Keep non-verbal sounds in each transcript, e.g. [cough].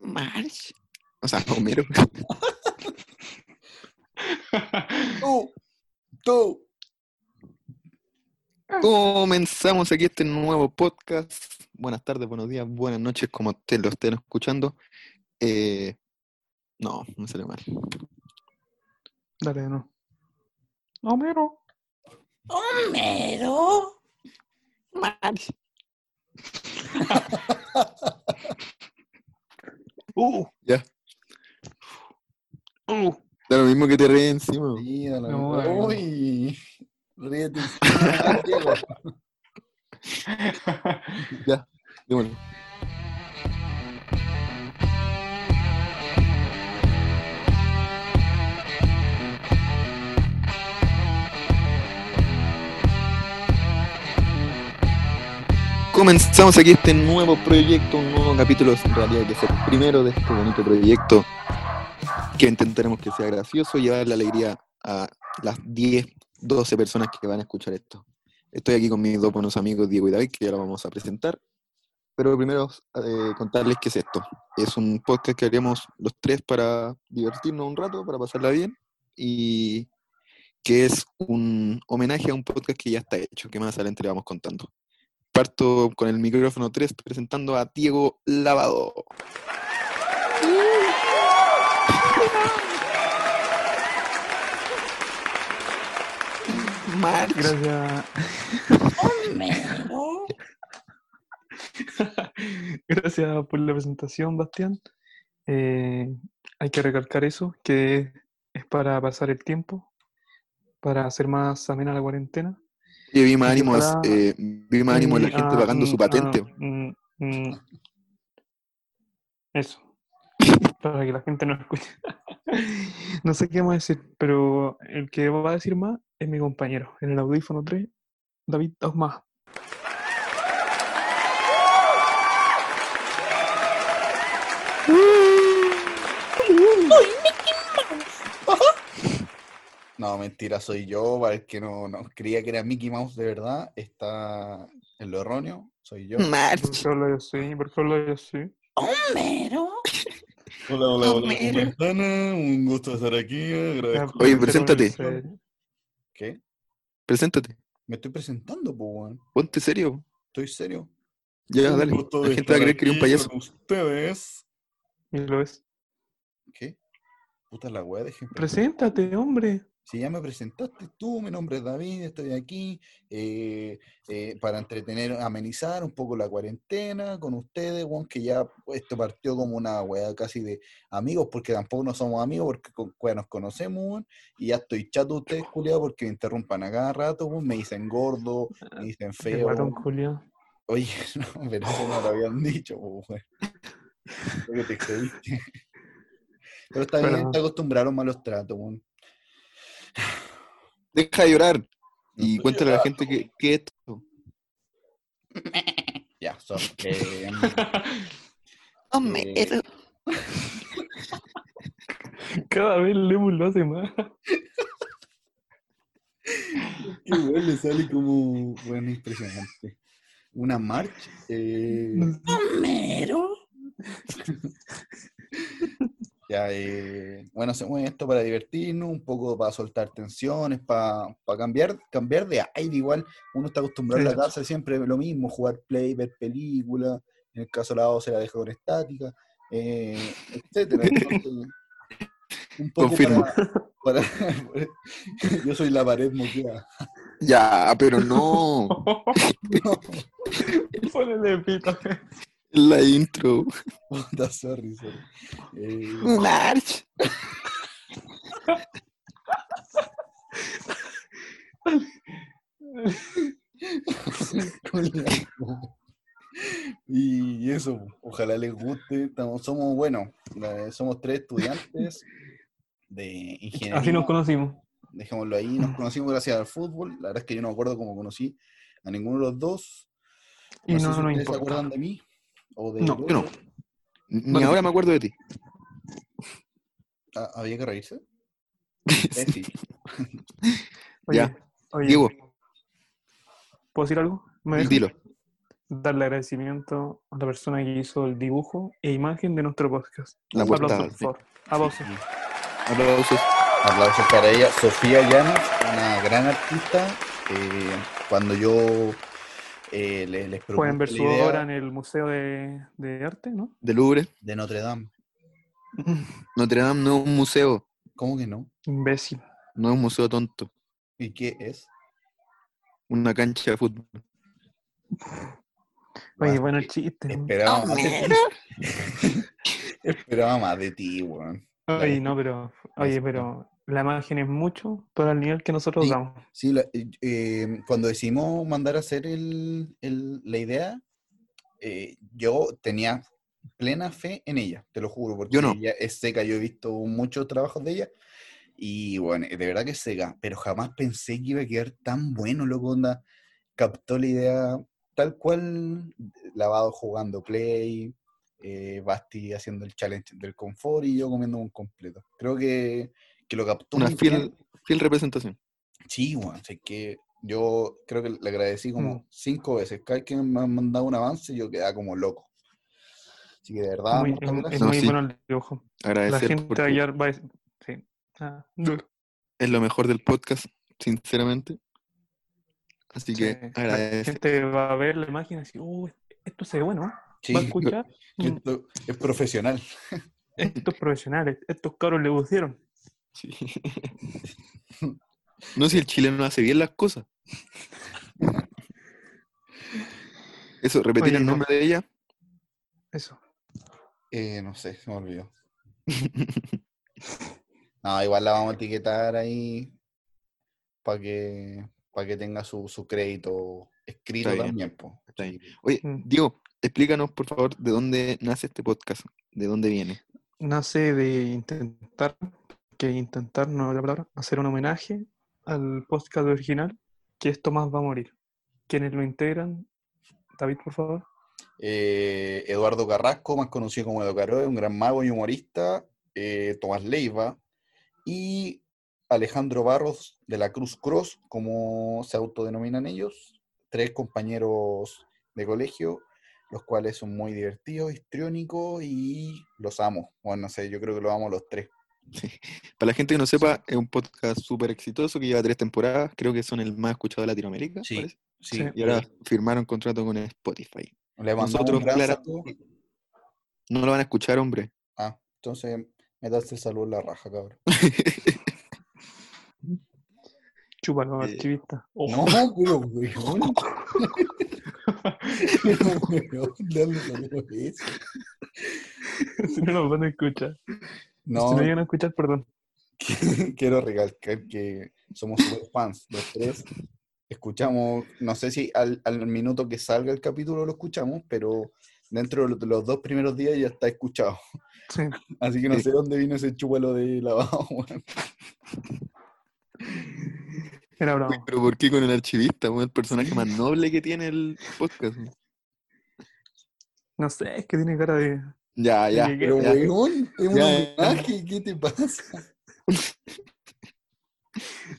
Marge. O sea, [laughs] Homero. Tú, tú. Ah. Comenzamos aquí este nuevo podcast. Buenas tardes, buenos días, buenas noches, como usted lo estén escuchando. Eh, no, me sale mal. Dale, no. Homero. Homero. Marge. Uh, Ya. uh. Da lo mismo que te reí encima. Mira, la No, verdad. bueno. Uy. Ríete. encima, Diego. Démosle. Comenzamos aquí este nuevo proyecto, un nuevo capítulo, en realidad que es el primero de este bonito proyecto que intentaremos que sea gracioso y llevar la alegría a las 10, 12 personas que van a escuchar esto. Estoy aquí con mis dos buenos amigos Diego y David, que ya lo vamos a presentar. Pero primero eh, contarles qué es esto. Es un podcast que haríamos los tres para divertirnos un rato, para pasarla bien, y que es un homenaje a un podcast que ya está hecho, que más adelante le vamos contando. Parto con el micrófono 3 presentando a Diego Lavado. Mar- Gracias. Homero. [laughs] Gracias por la presentación, Bastián. Eh, hay que recalcar eso, que es para pasar el tiempo, para hacer más amena la cuarentena. Oye, vi más ánimo, Ojalá- eh, vi más ánimo en la Y, gente ah, pagando mm, su patente. ah, mm, mm. Eso. Para que la gente no escuche. [laughs] No sé qué vamos a decir, pero el que va a decir más es mi compañero. En el audífono 3, David Osma. No, mentira, soy yo. Para el que no, no creía que era Mickey Mouse de verdad, está en lo erróneo. Soy yo. ¿Por March. qué hablo yo así? ¿Por qué hablo yo así? Homero. Hola, hola, hola. Homero. Ventana, un gusto estar aquí. Agradezco. Oye, preséntate. ¿Qué? Preséntate. Me estoy presentando, pues, weón. Ponte serio. Estoy serio. Ya, Un dale. gusto La de gente va a creer estar que eres un aquí payaso. con Ustedes. Y lo es. ¿Qué? Puta la weá, déjenme. Preséntate, hombre. Si ya me presentaste tú, mi nombre es David, estoy aquí eh, eh, para entretener, amenizar un poco la cuarentena con ustedes, weón, que ya esto partió como una weá casi de amigos, porque tampoco no somos amigos, porque con, weá, nos conocemos, weón, y ya estoy chato de ustedes, culiados, porque me interrumpan a cada rato, weón, me dicen gordo, me [laughs] dicen Qué feo. guatón, weón. culiao. Oye, [laughs] no, pero eso no lo habían dicho, po, weón. Creo que te excediste. [laughs] Pero está bien, Pero- te acostumbraron a los tratos, weón. Deja de llorar. No Y estoy cuéntale a la gente que, que esto. Ya, so- eh, Homero. Cada vez Lemus lo hace más. Qué bueno, le sale como, bueno, impresionante. Una marcha. [laughs] eh, [laughs] ya, eh, bueno, hacemos esto para divertirnos, un poco para soltar tensiones, para, para cambiar, cambiar de aire. Igual uno está acostumbrado a la Sí. casa siempre lo mismo, jugar play, ver película. En el caso de la O se la deja con estática, eh, etcétera. Entonces, un poco Confirmo. para, para- [laughs] Yo soy la pared moqueada. [laughs] Ya, ah, pero no. Ponele [laughs] pito. [laughs] La intro. Puta, sorry, sorry. Eh, March. [laughs] con la- y eso, ojalá les guste. Estamos, somos, bueno, la- somos tres estudiantes de ingeniería. Así nos conocimos. Dejémoslo ahí, nos conocimos gracias al fútbol. La verdad es que yo no me acuerdo cómo conocí a ninguno de los dos. Y sé no, si no ustedes importa. se acuerdan de mí? O de No, Lolo. Yo no. Ni Vale. ahora me acuerdo de ti. Ah, ¿Había que [laughs] reírse? Eh, sí. Oye, Ya. oye, Diego. ¿Puedo decir algo? ¿Me dejan? Dilo. darle agradecimiento a la persona que hizo el dibujo e imagen de nuestro podcast. La Aplausos, portada, por sí. favor. Aplausos. Aplausos. Aplausos para ella. Sofía Llanos, una gran artista. Eh, cuando yo eh, le- les, propuse Pueden ver la su idea obra en el Museo de, de Arte, ¿no? De Louvre. de Notre Dame, Notre Dame no es un museo. ¿cómo que no? Imbécil. No es un museo tonto. ¿Y qué es? Una cancha de fútbol. Oye, Vas- bueno, el chiste. ¿no? Esperaba más de ti. [laughs] Esperaba más de ti, weón. Oye, no, pero, oye, pero la imagen es mucho para el nivel que nosotros Sí. damos. Sí, la- eh, eh, cuando decidimos mandar a hacer el- el- la idea, eh, yo tenía plena fe en ella, te lo juro, porque Yo no. ella es seca, yo he visto muchos trabajos de ella y bueno, de verdad que es seca, pero jamás pensé que iba a quedar tan bueno, loco, onda, captó la idea tal cual, lavado jugando play, eh, Basti haciendo el challenge del confort y yo comiendo un completo. Creo que, que lo captó Una muy bien. fiel, fiel representación. Sí, weón, así que yo creo que le agradecí como Mm. cinco veces. Cada vez que me han mandado un avance, yo quedaba como loco. Así que de verdad, Muy- muchas es- es gracias. Ah, No, muy sí. bueno el dibujo. La Agradecer gente porque ayer va a decir- sí. Ah, es lo mejor del podcast, sinceramente. Así sí. que La agradece. gente va a ver la imagen y decir, "Uh, esto se ve bueno, ¿eh? Sí, va a escuchar. yo- mm, esto es profesional. Estos profesionales, e, estos cabros le pusieron. Sí. No si el chileno hace bien las [laughs] cosas. Eso, repetir Oye, el no. nombre de ella. Eso. Eh, no sé, se me olvidó. No, igual la vamos a etiquetar ahí para que, para que tenga su, su crédito escrito Está bien, también. po. está bien. Sí. Oye, Mm. Diego, explícanos por favor de dónde nace este podcast, de dónde viene. Nace de intentar, que intentar, no es la palabra, hacer un homenaje al podcast original, que es Tomás va a morir. Quienes lo integran, David, por favor. Eh, Eduardo Carrasco, más conocido como Edo Caroe, un gran mago y humorista. eh, Tomás Leiva y Alejandro Barros de la Cruz Cross, como se autodenominan ellos. Tres compañeros de colegio, los cuales son muy divertidos, histriónicos y los amo. Bueno, no sé, yo creo que los amo a los tres. Para la gente que no sepa, es un podcast súper exitoso que lleva tres temporadas. Creo que son el más escuchado de Latinoamérica. Sí. parece. Sí. Y ahora firmaron contrato con Spotify. le mandamos nosotros, un gran Clara- saludo. No lo van a escuchar, hombre. Ah, entonces me das el saludo en la raja, cabrón. Chúpalo, Eh, archivista. No, Ojo. [laughs] pero weón. Pero weón, dale saludo a eso. [laughs] si no nos van a escuchar. Si No, no llegan a escuchar, perdón. [laughs] quiero recalcar que somos super fans, los tres. Escuchamos, no sé si al, al minuto que salga el capítulo lo escuchamos, pero dentro de los, de los dos primeros días ya está escuchado. Sí. Así que no Sí. sé dónde vino ese chupalo de lavado, [laughs] weón. Era bravo. Pero ¿por qué con el archivista? weón? El personaje más noble que tiene el podcast. No sé, es que tiene cara de. Ya, ya. Llegué. Ah, Pero, ya. weón, es un Ya, ya. homenaje, ¿qué te pasa?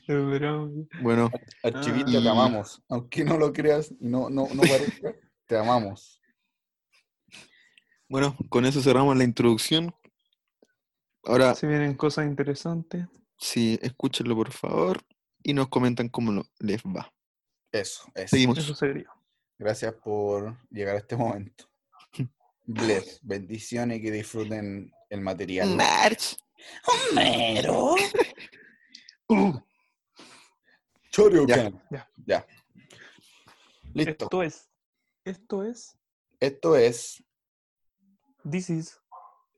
de bravo. Bueno, Archivita, te Ah. amamos. Aunque no lo creas y no, no, no parezca, te amamos. bueno, con eso cerramos la introducción. Ah. Ahora, Se vienen cosas interesantes. sí, escúchenlo por favor y nos comentan cómo lo- les va. Eso, eso. Seguimos. Eso sería. Gracias por llegar a este momento. Bless, bendiciones y que disfruten el material. March. Homero. Uh, Choryuken. Ya, Ya. Listo. esto es. Esto es. Esto es. This is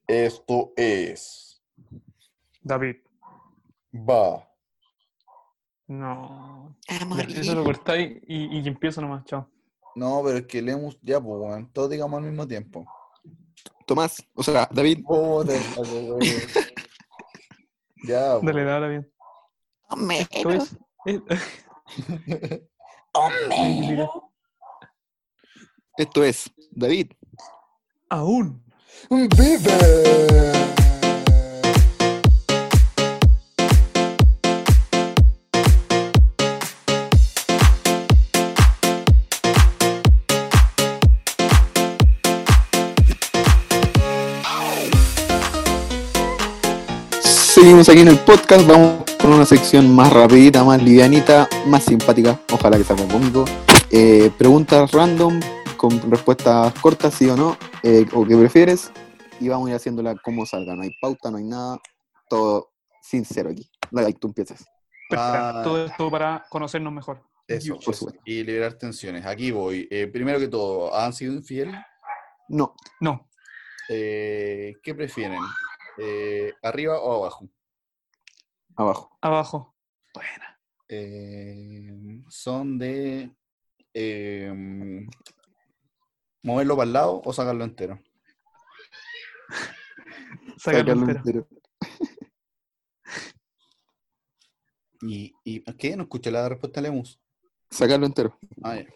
Esto es. David. Va. No. Amor. Ya, Eso lo cortáis y, y empiezo nomás, chao. No, pero es que leemos ya, pues, weón. Todos digamos al mismo tiempo. Tomás, o sea, David. Puta, saco, [laughs] weón. Ya, Dale, dale bien. Esto es. Eh, es- weón. [laughs] Esto es David. aún. Vive. Seguimos aquí en el podcast, vamos con una sección más rapidita, más livianita, más simpática, ojalá que sea conmigo. Eh, preguntas random con respuestas cortas, sí o no, eh, o que prefieres, y vamos a ir haciéndola como salga. No hay pauta, no hay nada, todo sincero aquí. Dale, tú empiezas. Perfecto. Ah. Todo esto para conocernos mejor. Eso, Por eso. supuesto. Y liberar tensiones. Aquí voy. Eh, primero que todo, ¿han sido infieles? No, No, Eh, ¿Qué prefieren? Eh, ¿Arriba o abajo? abajo. abajo. Buena. Eh, ¿Son de eh, moverlo para el lado o sacarlo entero? Sacarlo Sacarlo entero. entero. ¿Y, y qué? No escuché la respuesta de Lemus. Sacarlo entero. [laughs] Ah, ya.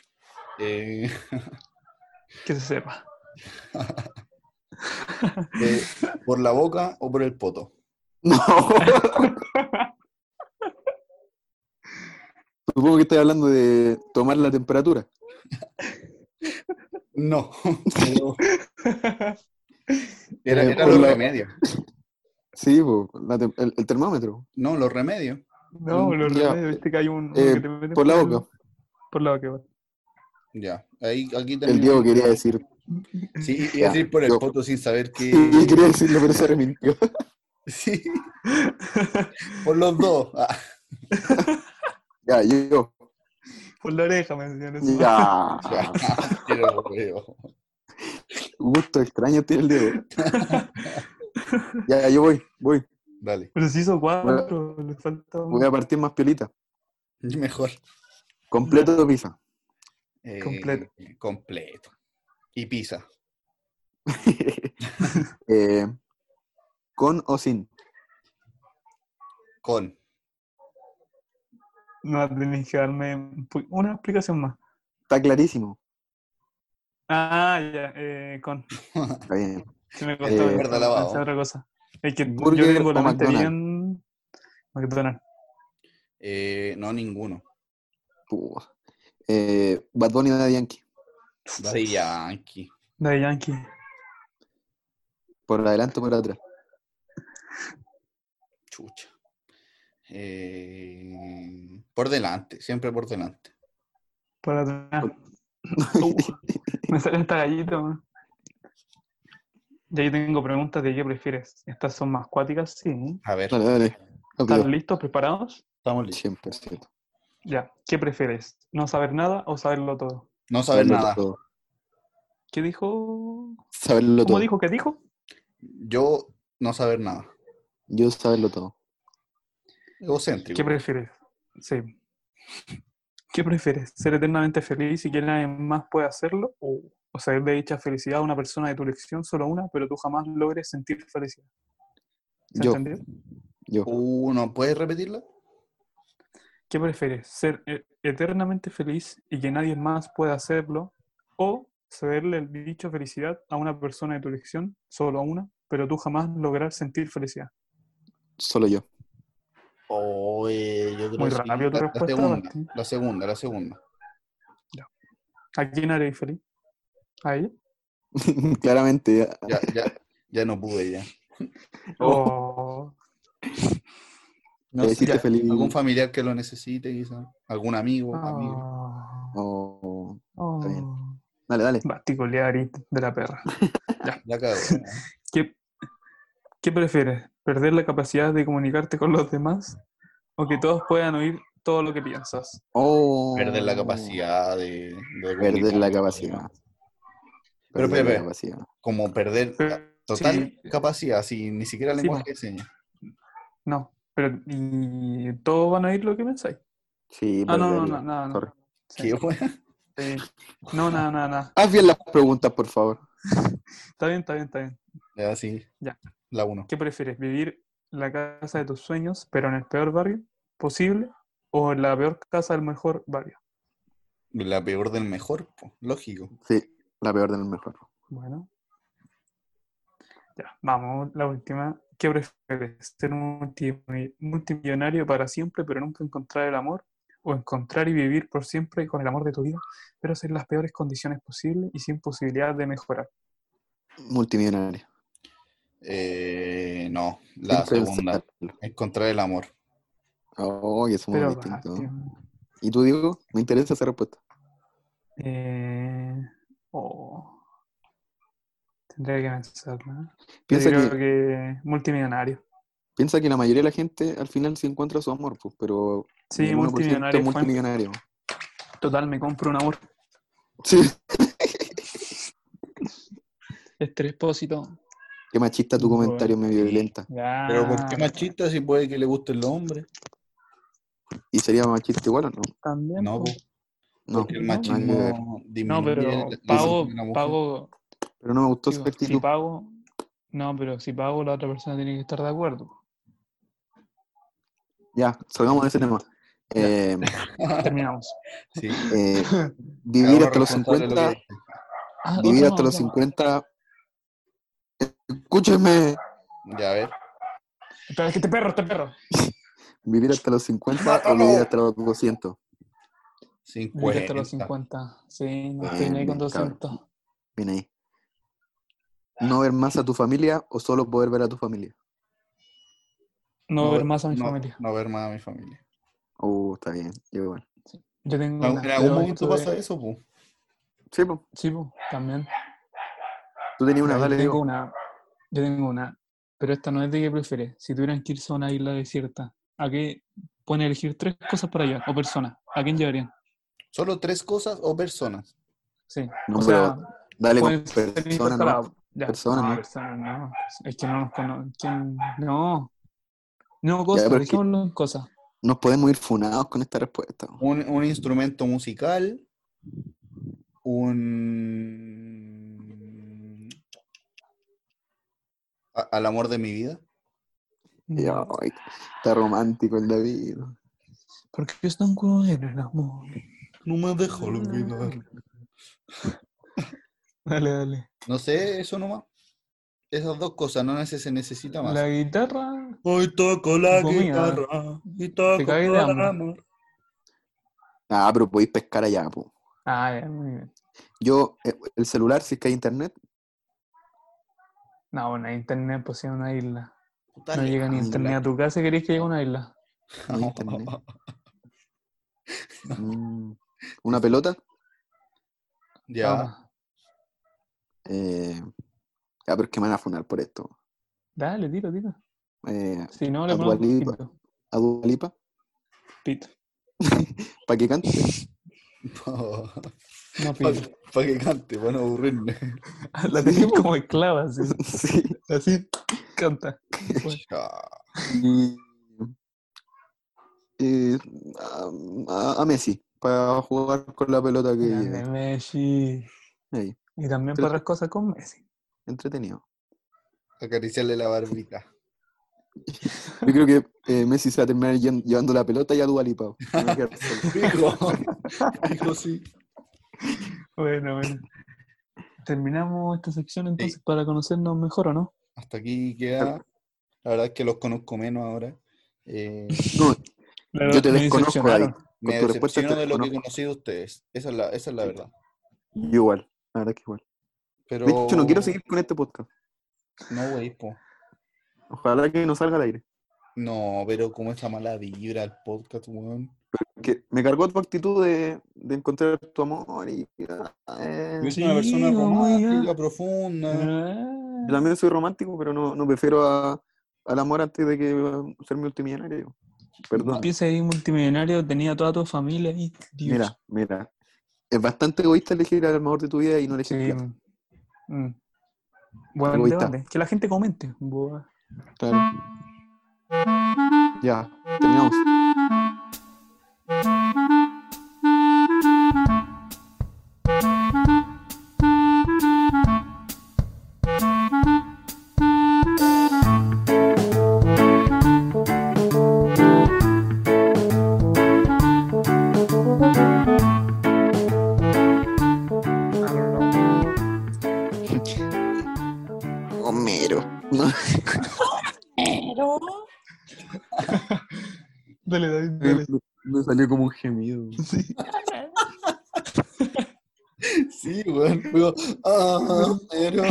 Eh, [laughs] Que se sepa. [laughs] eh, ¿Por la boca o por el poto? No. Supongo que estás hablando de tomar la temperatura. No. [laughs] pero Era, Eh, era por los la- remedios. Sí, po, la tem- el, el termómetro. No, los remedios. No, lo Mm, Ya. remedio, viste que hay un. uno Eh, que te meten Por la el- boca. Por la boca, bueno. Ya. Ahí, aquí también. El Diego quería decir. Sí, y Ya, decir por el yo- poto sin saber [laughs] que. Yo quería decirlo, pero se arrepintió. [laughs] [laughs] Sí, por los dos. Ah, Ya, yo. Por la oreja me decían eso. Ya. ya, pero, pero, Gusto extraño tiene el [laughs] Diego. Ya, yo voy, voy. Dale, Pero si hizo cuatro, le falta un- Voy a partir más piolita. mejor. Completo de pizza. [laughs] Eh, Completo. Completo. Y pizza. Eh, con o sin. Con. No, tenéis que darme un pu- una explicación más. Está clarísimo. Ah, ya, eh, con. Está bien. Se me Eh, costó pensar- cuerda lavado. pensar otra cosa. Es que yo Burger tengo la o mente McDonald's. bien. McDonald's. Eh, no, ninguno. Pua. Eh, Bad Bunny de Yankee. Daddy Yankee. Daddy Yankee. Por adelante o por atrás. Chucha. Eh, por delante, siempre por delante. Por atrás. Uh, me salen esta gallita, man. Y ahí tengo preguntas de qué prefieres. Estas son más cuáticas, sí. A [laughs] ver, Dale, dale. Rápido. ¿Están listos, preparados? estamos listos. 100%. Ya. ¿Qué prefieres? ¿No saber nada o saberlo todo? No saber nada. Todo. ¿Qué dijo? Saberlo todo. ¿Cómo dijo? ¿Qué dijo? Yo no saber nada. Yo saberlo todo. Egocéntrico. ¿Qué prefieres? Sí. ¿Qué prefieres? ¿Ser eternamente feliz y que nadie más pueda hacerlo? ¿O, o saber de dicha felicidad a una persona de tu elección, solo una, pero tú jamás logres sentir felicidad? ¿Se Yo. entendió? Yo. Uh, ¿no puedes repetirla? ¿Qué prefieres? ¿Ser e- eternamente feliz y que nadie más pueda hacerlo? ¿O saberle el dicho felicidad a una persona de tu elección, solo a una, pero tú jamás lograr sentir felicidad? Solo yo. [laughs] Oh, eh, yo creo Muy que sí. rápido tu la, la respuesta, segunda, Martín. la segunda, la segunda. ¿A quién haréis feliz? ¿A ella? Claramente. ya. Ya, ya, ya no pude ya. Oh. ¿O No Te sé, hiciste ya, feliz. Algún familiar que lo necesite, quizá. Algún amigo, amigo. Oh. O- Ah, ah. bien. Oh, Dale, dale. Basticoleari de la perra. Ya cago. ¿eh? ¿Qué, qué prefieres? ¿Perder la capacidad de comunicarte con los demás o que todos puedan oír todo lo que piensas? Oh. Perder la capacidad de. de Perder la comunicar. capacidad. Pero, Perder la Pepe. capacidad. Como perder la Pero- total sí, capacidad, sin ni siquiera Sí, lenguaje po. de señas. no, pero ¿y todos van a oír lo que pensáis? Sí, Ah, no, no, perderla. no, nada, no. Corre. Sí, Qué buena. sí. No, nada, nada, nada. Haz bien las preguntas, por favor. Está bien, está bien, está bien. Ya, sí. Ya. La uno. ¿Qué prefieres? ¿Vivir en la casa de tus sueños, pero en el peor barrio posible o en la peor casa del mejor barrio? La peor del mejor, po. lógico. Sí, la peor del mejor. Bueno. Ya, vamos, la última. ¿Qué prefieres? ¿Ser un multimillo- multimillonario para siempre, pero nunca encontrar el amor? ¿O encontrar y vivir por siempre con el amor de tu vida, pero ser las peores condiciones posibles y sin posibilidad de mejorar? Multimillonario. Eh, no, la Siempre el segunda. sacarlo. Encontrar el amor. Oh, que somos Pero, distintos. Bastián, ¿Y tú, Diego? Me interesa esa respuesta. eh, oh, tendría que pensarla. Yo Piensa creo que, que... multimillonario. piensa que la mayoría de la gente al final se encuentra su amor, pues, pero Sí, el 1% multimillonario. es Juan. multimillonario. Total, me compro un amor. Sí. Este expósito. Qué machista tu Bueno, comentario, medio violenta. Ya. Pero ¿por qué machista si puede que le gusten los hombres? ¿Y sería machista igual o no? También. No, po. pues, No, porque el no, nada que machismo No, disminuye pero la- pago, la mujer. pago, pero no me gustó digo, esa si actitud. pago, no, pero si pago la otra persona tiene que estar de acuerdo. Ya, salgamos de ese tema. Eh, Terminamos. Sí. [laughs] eh, Cada vivir uno hasta los responsable de lo 50, que dice. Ah, vivir otro hasta más, los otro más. 50. Escúchame, Ya, a ver. Espera, es que este perro, este perro. vivir hasta los 50 o ¡Mátalo! vivir hasta los 200. Vivir 50. hasta los 50. Sí, no Bien, estoy ni ahí bien, con 200. Viene ahí. No ver más a tu familia o solo poder ver a tu familia. No, ver más a mi no- familia. No ver más a mi familia. Oh, está bien, yo igual. Yo tengo. En un en algún aspecto momento de- pasa eso, pues. pu. Sí, po. Sí, po, también. tú tenías una, Mira, dale, yo tengo Diego. una, yo tengo una, pero esta no es de qué prefieres. Si tuvieran que irse a una isla desierta, ¿a qué pueden elegir tres cosas para llevar o personas? ¿A quién llevarían? Solo tres cosas o personas. Sí. No, o pero sea, Dale con pueden ser persona, intercalados. ¿no? Ya, Ah, Persona, ¿no? persona, no. Es que no nos conocen. No. No, cosas, pero es que- dejémoslo en cosas. Nos podemos ir funados con esta respuesta. Un, un instrumento musical. Un. a- al amor de mi vida. Ya, ay, está romántico el David. Porque es tan cruel el amor. No me dejo olvidar. Dale, dale. No sé, eso nomás. Esas dos cosas, no neces- se necesita más. La guitarra. Hoy toco la Comida. eh. guitarra y toco cagué de el hambre. amor. Ah, pero podéis pescar allá, po. Ah, ya, muy bien. Yo, eh, el celular, si es que hay internet, No, bueno, internet, pues sí, una isla. Puta no llega ni lejos, internet a tu casa, querés que llegue a una isla. no hay este eh. internet. Mm, una pelota. Ya, Toma. Eh, ya, pero es que me van a funar por esto. Dale, tiro, tiro. Eh, Si no, le A ponemos Dualipa. pito. a Dua Lipa, Pito. para que cante. [laughs] [laughs] No para pito. [laughs] que cante, para no aburrirme. [laughs] La tenés como esclava, así. Sí. Así, canta. [laughs] Bueno, Ya. Y, eh, a, a- a Messi, para jugar con la pelota que grande Messi. ahí, Y también Pero- para otras cosas con Messi. entretenido. Acariciarle la barbita. Yo creo que eh, Messi se va a terminar llen- llevando la pelota y a Dualipa. [laughs] Dijo, dijo sí. [laughs] Bueno, bueno. Terminamos esta sección entonces para conocernos mejor, ¿o no? Hasta aquí queda. La verdad es que los conozco menos ahora. Eh, No, yo te Me desconozco ahí. decepcionaron. Con me tu respuesta decepciono te de lo que desconozco. conocí de ustedes. Esa es la, esa es la verdad. Yo igual, la verdad que igual. Pero... De hecho, no quiero seguir con este podcast. No, güey, po. Ojalá que no salga al aire. No, pero como esa mala vibra al podcast, weón. Que me cargó tu actitud de, de encontrar tu amor y... eh, Yo Sí, soy una persona amiga. romántica, profunda. Ah, Yo también soy romántico, pero no, no prefiero a, al amor antes de que um, ser multimillonario. Perdón. Empieza ahí multimillonario, tenía toda tu familia ahí. Dios. Mira, mira. Es bastante egoísta elegir al amor de tu vida y no elegir Sí. plata. mm. Buen Egoísta. debate. Que la gente comente. Buah. Ya, terminamos. Homero. No, Dale, David, dale. me, me salió como un gemido. Sí, weón. Pero, ah, pero...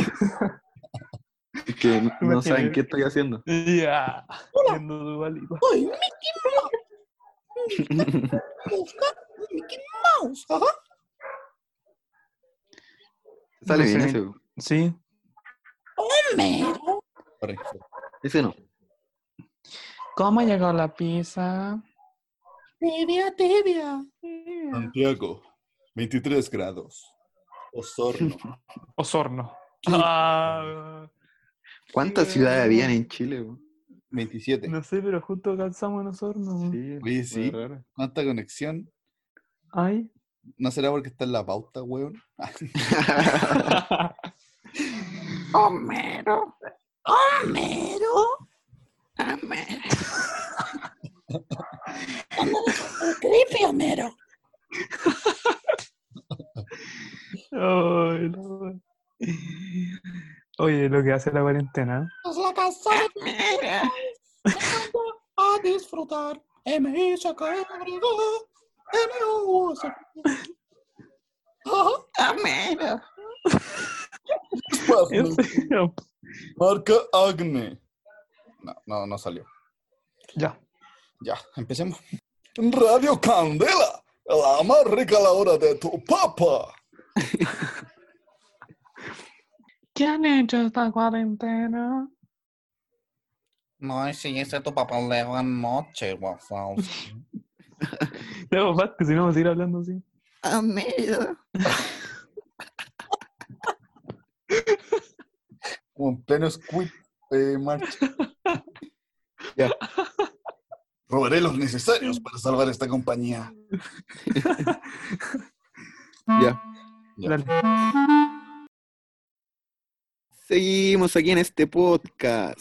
[laughs] porque no saben tiene- qué estoy haciendo. Ya. Viendo Dua Lipa. ¡Soy Mickey Mouse! ¡Mickey Mouse! ajá. Sale No bien sé. ese. weón. Sí. Homero. Correcto. Ese no. ¿Cómo llegó la pizza? Tibia, tibia. Santiago, 23 grados. Osorno. Osorno. Ah, ¿Cuántas Sí, ciudades weón. habían en Chile? weón? 27. no sé, pero justo calzamos en Osorno. Oye, sí. fue raro. ¿Cuánta conexión? [laughs] Ay. ¿No será porque está en la pauta, weón? Homero. Homero. Homero. Creepy, Homero. Ay, la wea. Oye, lo que hace la cuarentena. Es la casa de a disfrutar. M hizo caer abrigado. M hubo Homero. Marca Agne. No, no, no salió. [laughs] ya. Ya, empecemos. Radio Candela, la más rica a la hora de tu papá. ¿Qué han hecho esta cuarentena? No, si ese tu papá le da noche, guafao. No, basta, si no vamos a seguir hablando así. Homero. Un pleno squid, eh, marcha. Ya. Robaré los necesarios para salvar esta compañía. Ya. Ya. Dale. Seguimos aquí en este podcast.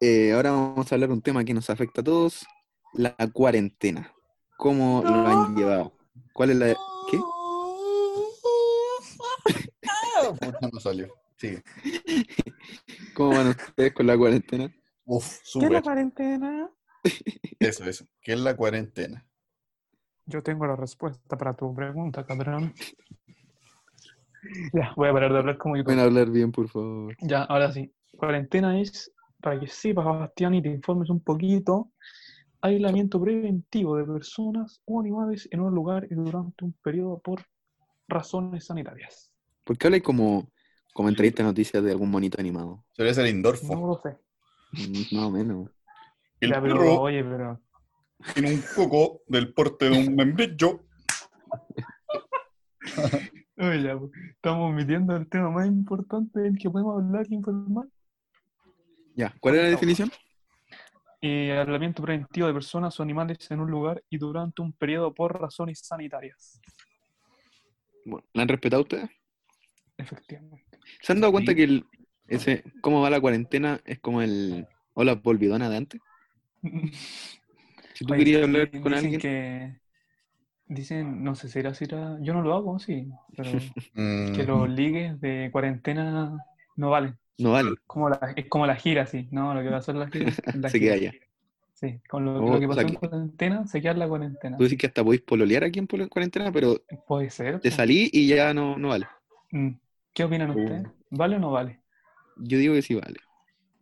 Eh, ahora vamos a hablar de un tema que nos afecta a todos, la cuarentena. ¿Cómo lo han llevado? ¿Cuál es la... ¿Qué? Ah, puta, no salió. Sigue. ¿Cómo van ustedes con la cuarentena? Uf, ¿Qué es la súper. cuarentena? Eso, eso. ¿Qué es la cuarentena? Yo tengo la respuesta para tu pregunta, cabrón. Ya, voy a parar de hablar como yo. Pueden hablar bien, por favor. Ya, ahora sí. Cuarentena es, para que sepas, Bastián, y te informes un poquito, aislamiento preventivo de personas o animales en un lugar y durante un periodo por razones sanitarias. ¿Por qué habláis como, como entrevista de noticias de algún monito animado? Sería ser Indorfo. No lo sé. Mm, Más o menos. El Ya, pero, perro oye, pero... tiene un coco del porte de un membrillo. Oye, ya, pues, estamos midiendo el tema más importante del que podemos hablar y informar. Ya, ¿cuál era la definición? Y Eh, aislamiento preventivo de personas o animales en un lugar y durante un periodo por razones sanitarias. Bueno, ¿La han respetado ustedes? Efectivamente. ¿Se han dado cuenta Sí. que el, ese cómo va la cuarentena es como el hola polvidona de antes? Si tú Oye, querías hablar dicen con alguien, que- dicen, no sé, será, será. Yo no lo hago, sí. Pero Mm, que [laughs] los ligues de cuarentena no valen. no vale. Como la, es como la gira, sí. No, lo que pasó en la [laughs] gira. en la Se queda gira. allá. Sí, con lo, Oh, lo que o pasó sea en que- cuarentena, se queda en la cuarentena. Tú dices que hasta podéis pololear aquí en polo- cuarentena, pero Puede ser. te po. salí y ya no, no vale. Mm. ¿Qué opinan Uh. ustedes? ¿Vale o no vale? Yo digo que sí vale.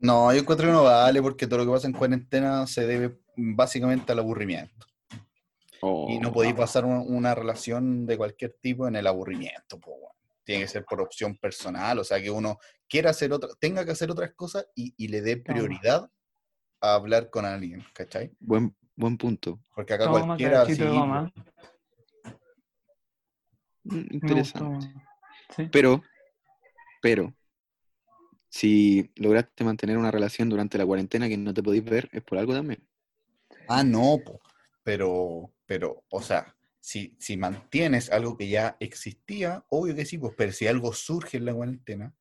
No, yo encuentro que no vale porque todo lo que pasa en cuarentena se debe básicamente al aburrimiento. Y Oh. no podéis pasar un- una relación de cualquier tipo en el aburrimiento. po, weón. Tiene que ser por opción personal, o sea, que uno quiera hacer otra, tenga que hacer otras cosas y, y le dé Claro. prioridad a hablar con alguien, ¿cachai? Buen, buen punto. Porque acá Toma, cualquiera... cachito de ¿eh? así, mamá. Mm, Me gustó. Interesante. Sí. Pero, pero, si lograste mantener una relación durante la cuarentena que no te podéis ver, es por algo también. Ah, no, po. Pero, pero, o sea, si, si mantienes algo que ya existía, obvio que sí, pues, pero si algo surge en la cuarentena,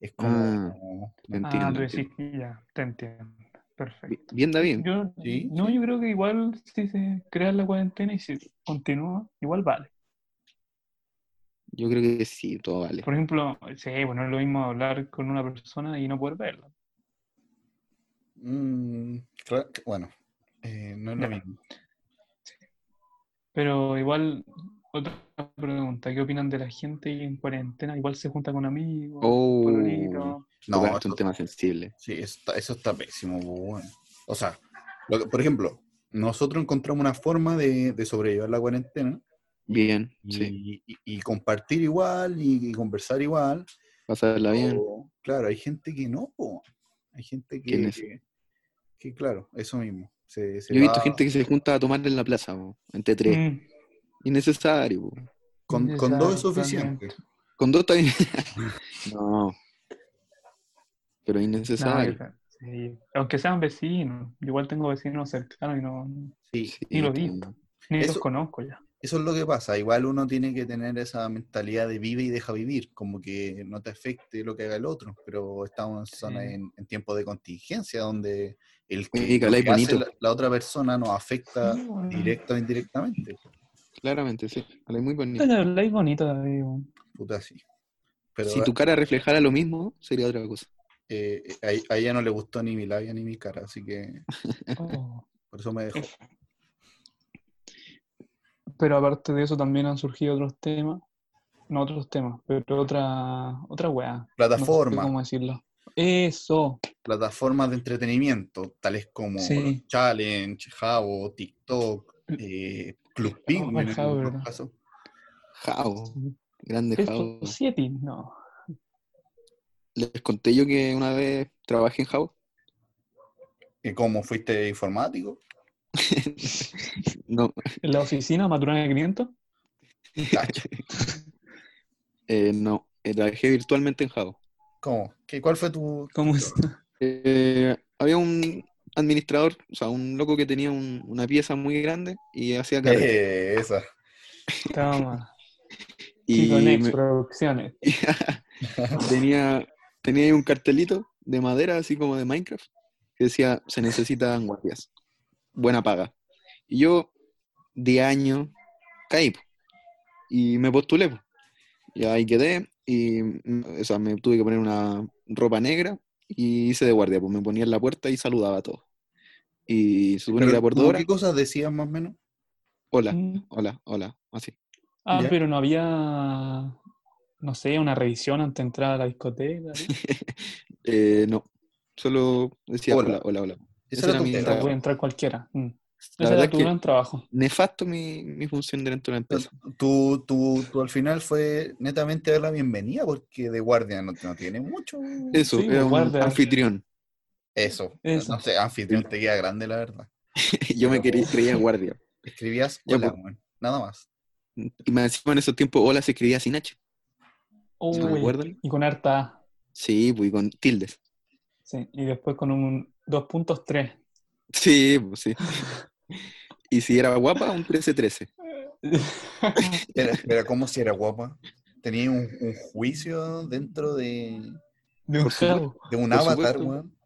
es como... entiendo, Ah, entiendo. tú decís, ya, te entiendo. Perfecto. Bi- Bien, David. Yo, Sí, no, yo creo que igual si se crea la cuarentena y se continúa, igual vale. Yo creo que sí, todo vale. Por ejemplo, sí, bueno, no es lo mismo hablar con una persona y no poder verla. Mm, claro que- bueno, eh, no es lo Ya. mismo. Pero igual Otra pregunta, ¿qué opinan de la gente que en cuarentena igual se junta con amigos? Oh, pololitos? no, No, es un tema sensible. Sí, eso está, eso está pésimo, po, weón. O sea, lo que- por ejemplo, nosotros encontramos una forma de, de sobrellevar la cuarentena Bien, y, sí. y- y compartir igual y, y conversar igual. Pasarla bien. pero, claro, hay gente que no, po. Hay gente que, ¿Quién es? que, que, claro, eso mismo. Se, se Yo he visto va gente que se junta a tomar en la plaza, po, entre tres. Mm, Innecesario, po. con, con dos es Exactamente. suficiente. Con dos también. no. [laughs] Pero innecesario. no, yo- sí. Aunque sean vecinos, yo igual tengo vecinos cercanos y no Sí, Sí, ni lo vi. también. ni Eso- los conozco ya. Eso es lo que pasa. Igual uno tiene que tener esa mentalidad de vive y deja vivir, como que no te afecte lo que haga el otro. Pero estamos en, zona- Sí. en, en tiempo de contingencia donde el Oye, que, que lo habláis que hace bonito. la, la otra persona nos afecta Sí, bueno. directa o indirectamente. pues, Claramente, sí. Habláis muy bonito. Pero habláis bonito, eh, David. bueno. Puta, sí. Pero si tu cara reflejara lo mismo, sería otra cosa. eh, a, a ella no le gustó ni mi labia ni mi cara, así que Oh. por eso me dejó. Pero aparte de eso también han surgido otros temas. No otros temas, pero otra, otra weá. No sé Plataformas, cómo decirlo. Eso. plataformas de entretenimiento, tales como Sí. Mm. los Challenge, Jabo, TikTok, eh, Club Penguin, en Jabo, algunos ¿verdad? casos. Jao, grande Jao. Esto, siete, no. Les conté yo que una vez trabajé en Jao. ¿Y ¿Cómo fuiste informático? no, En la oficina, maturana de 500. Cacha. eh, no, eh, trabajé virtualmente en Jao. ¿Cómo? ¿Qué, ¿Cuál fue tu...? ¿Cómo [laughs] está? Eh, había un administrador, o sea, un loco que tenía un- una pieza muy grande y hacía carrete. [laughs] Eh, esa. Toma. y Chico Next me- [laughs] Producciones. tenía, tenía ahí un cartelito de madera, así como de Minecraft, que decía, se necesitan guardias. Buena paga. Y yo, de año, caí. po. Y me postulé. po. Y ahí quedé. Y mm, o sea, me tuve que poner una ropa negra y hice de guardia. Pues me ponía en la puerta y saludaba a todos. Y se supone Pero que era por dos ¿tú horas. ¿Qué cosas decías más o menos? Hola, Mm. hola, hola. Así. Ah, Ya. pero no había, no sé, una revisión antes de entrar a la discoteca. ¿sí? Eh, no. Solo decía Hola. hola, hola, hola. Esa Ese era era tu mi pega. trabajo. Puede entrar cualquiera. Mm. La Ese verdad era es tu que- gran trabajo. Nefasto mi, mi función dentro de la empresa. Tú, tú, tú al final fue netamente dar la bienvenida porque de guardia no, no tiene mucho. Eso, Sí, era pues, un guarda. anfitrión. [laughs] Eso. Eso. No sé, anfitrión te queda grande, la verdad. Yo me quería, [laughs] creía guardia. Escribías Ya, hola, pues. weón, nada más. Y me decían en esos tiempos, hola, se escribía sin H. ¿Se Uy, recuerdan? y con harta A. Sí, pues y con tildes. [laughs] Sí, y después con un 2.3. Sí, pues sí. Y si era guapa, un 13-13. Pero, pero ¿cómo si era guapa? Tenía un, un juicio dentro de, De un Por supuesto. jabo. de un Por avatar, supuesto. weón.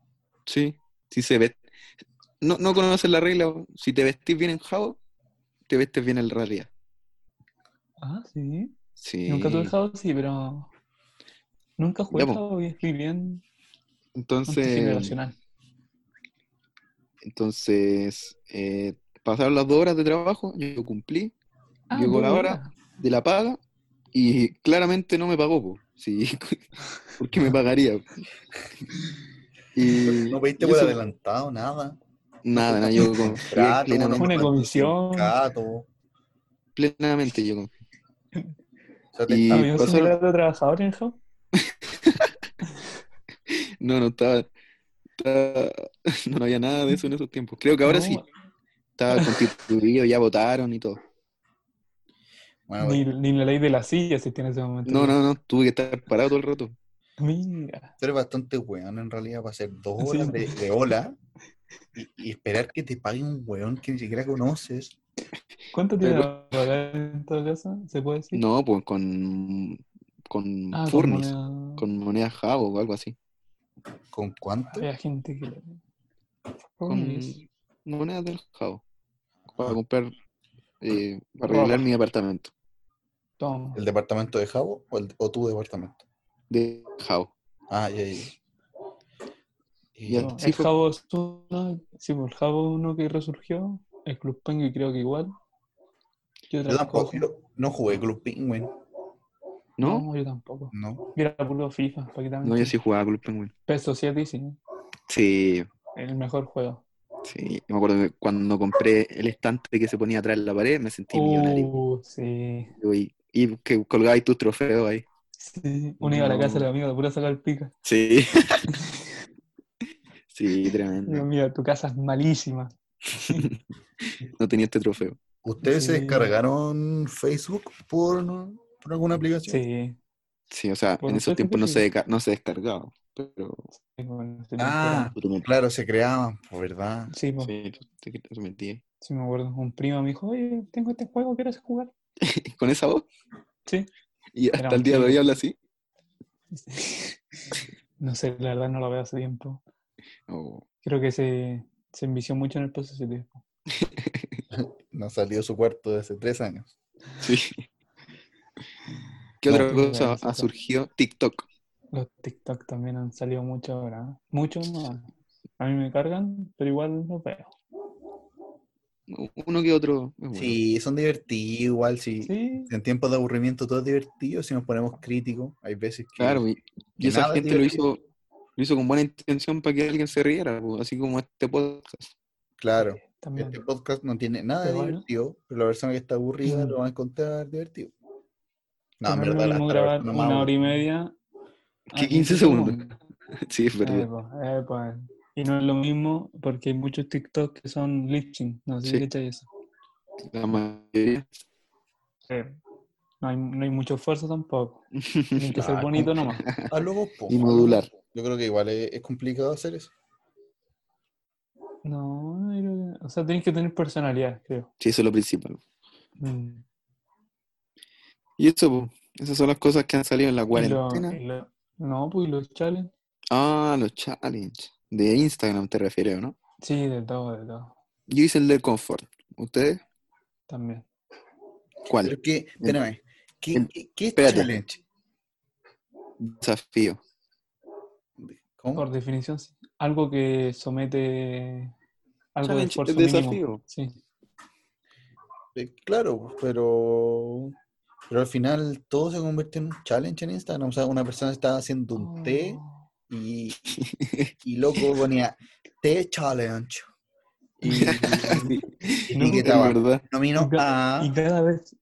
Sí, sí se ve. No, no conoces la regla. po. Si te vestís bien en Jao, te vestes bien en realidad. Ah, sí. Sí. Nunca tuve jabo, sí, pero nunca jugué Ya, po. jabo y estoy bien Entonces, antigeneracional. entonces eh, pasaron las dos horas de trabajo, yo cumplí. Ah, llegó dos la hora, horas. de la paga y claramente no me pagó, po. Sí, [laughs] porque me [laughs] pagaría. Y No pediste y por eso, adelantado, nada. Nada, nada, yo confié [laughs] Trato, plenamente, Una no, comisión. Gato. O plenamente yo confié. sea, te Y- estaba- ¿Había un pasaron- sindicato de trabajadores en el jabo? No, no estaba, estaba- [laughs] no, no había nada de eso en esos tiempos. Creo que ahora No, sí, estaba constituido, ya votaron y todo. Bueno, Ni, ni la ley de la silla existía en ese momento. No, no, no, tuve que estar parado todo el rato. Mira. Tú eres bastante weón en realidad para hacer dos Sí. horas de, [laughs] de ola y, y esperar que te pague un weón que ni siquiera conoces. ¿Cuánto tiene Pero- que pagar en todo caso? ¿Se puede decir? No, pues con, con ah, con furnos, moneda- con moneda jabo o algo así. ¿Con cuánto? Había gente que le... con Furnos. monedas del jao para comprar eh, para Ropa. arreglar mi departamento Toma. ¿El departamento de Jabo o, el- o tu departamento? de jao Ah, ya, ya, ya. Y Eh, al- El sí fue- Jabo es uno, sí, pues, el Jabo uno que resurgió, el Club Penguin creo que igual, Yo Yo tampoco, tampoco. yo no jugué Club Penguin, ¿No? No, yo tampoco. no. Mira, puro FIFA, para que también. No, yo sí jugaba Club Penguin. Peso 7 sí, Sí, el mejor juego. sí. Me acuerdo que cuando compré el estante que se ponía atrás de la pared, me sentí millonario. Uh, sí. Y, y que colgabas tus trofeos ahí. Sí, uno iba a la No. casa de los amigos, puro sacar pica. Sí. [laughs] sí, Dios tremendo. mío, tu casa es malísima. No tenía este trofeo. ¿Ustedes se Sí. descargaron Facebook por, por alguna aplicación? Sí. Sí, o sea, Por en un esos selfie tiempos no se, posible. desca- no se descargaba. Pero sí, bueno, sí, Ah, tú te metías. claro, se creaban, pues, ¿verdad? Sí, po, sí. Sí, tú te, te metías. me acuerdo. Un primo me dijo, oye, tengo este juego, ¿quieres jugar? [laughs] ¿Con esa voz? Sí. Y hasta Era un el día de hoy genio. habla así. No sé, la verdad no lo veo hace tiempo. Oh. Creo que se, se envició mucho en el proceso de tiempo. No salió de su cuarto desde hace tres años. Sí. ¿Qué No, pues, otra qué cosa vergüenza. ha surgido? TikTok. Los TikTok también han salido mucho ahora. ¿eh? Mucho más. A mí me cargan, pero igual los veo. Uno que otro. es bueno. Sí, son divertidos igual, sí. Sí, En tiempos de aburrimiento todo es divertido, si nos ponemos críticos, hay veces que... Claro, y, y que esa nada es gente lo divertido. hizo, lo hizo con buena intención para que alguien se riera, po, así como este podcast. [laughs] Claro, también. este podcast no tiene nada de Pero bueno. divertido, pero la persona que está aburrida Mm. lo va a encontrar divertido. No, Que en no es lo verdad, mismo hasta la grabar persona más una hora y media. ah, Que a 15 segundos. Sí, es Eh, verdad. po, eh, po, eh. Y no es lo mismo porque hay muchos TikTok que son lip sync. No sé Sí. si cachai eso. La mayoría. Eh, No hay, no hay mucho esfuerzo tampoco. Tienen que ser Ah, bonito nomás. aburrida. Hazlo vos, po, Y hazlo vos. modular. Yo creo que igual es, es complicado hacer eso. No, no creo que- o sea, tienes que tener personalidad, creo. Sí, eso es lo principal. Mm. Y eso, po, esas son las cosas que han salido en la Y lo- cuarentena. y lo- no, pues y los challenge. Ah, los challenge. De Instagram te refieres, ¿no? Sí, de todo, de todo. Yo hice el del confort. ¿Ustedes? También. ¿Cuál? Pero que, espérame, ¿qué, en- qué, qué espérate. challenge? Desafío. ¿Cómo? Por definición, sí. Algo que somete algo Challenge de es esfuerzo desafío. mínimo. Sí. Eh, Claro, pero, pero al final todo se convierte en un challenge en Instagram. O sea, una persona estaba haciendo Oh. un [laughs] té [laughs] y, y loco ponía té challenge. Y, y No, Es etiquetaba, verdad. nomino Y ca- a... Y cada vez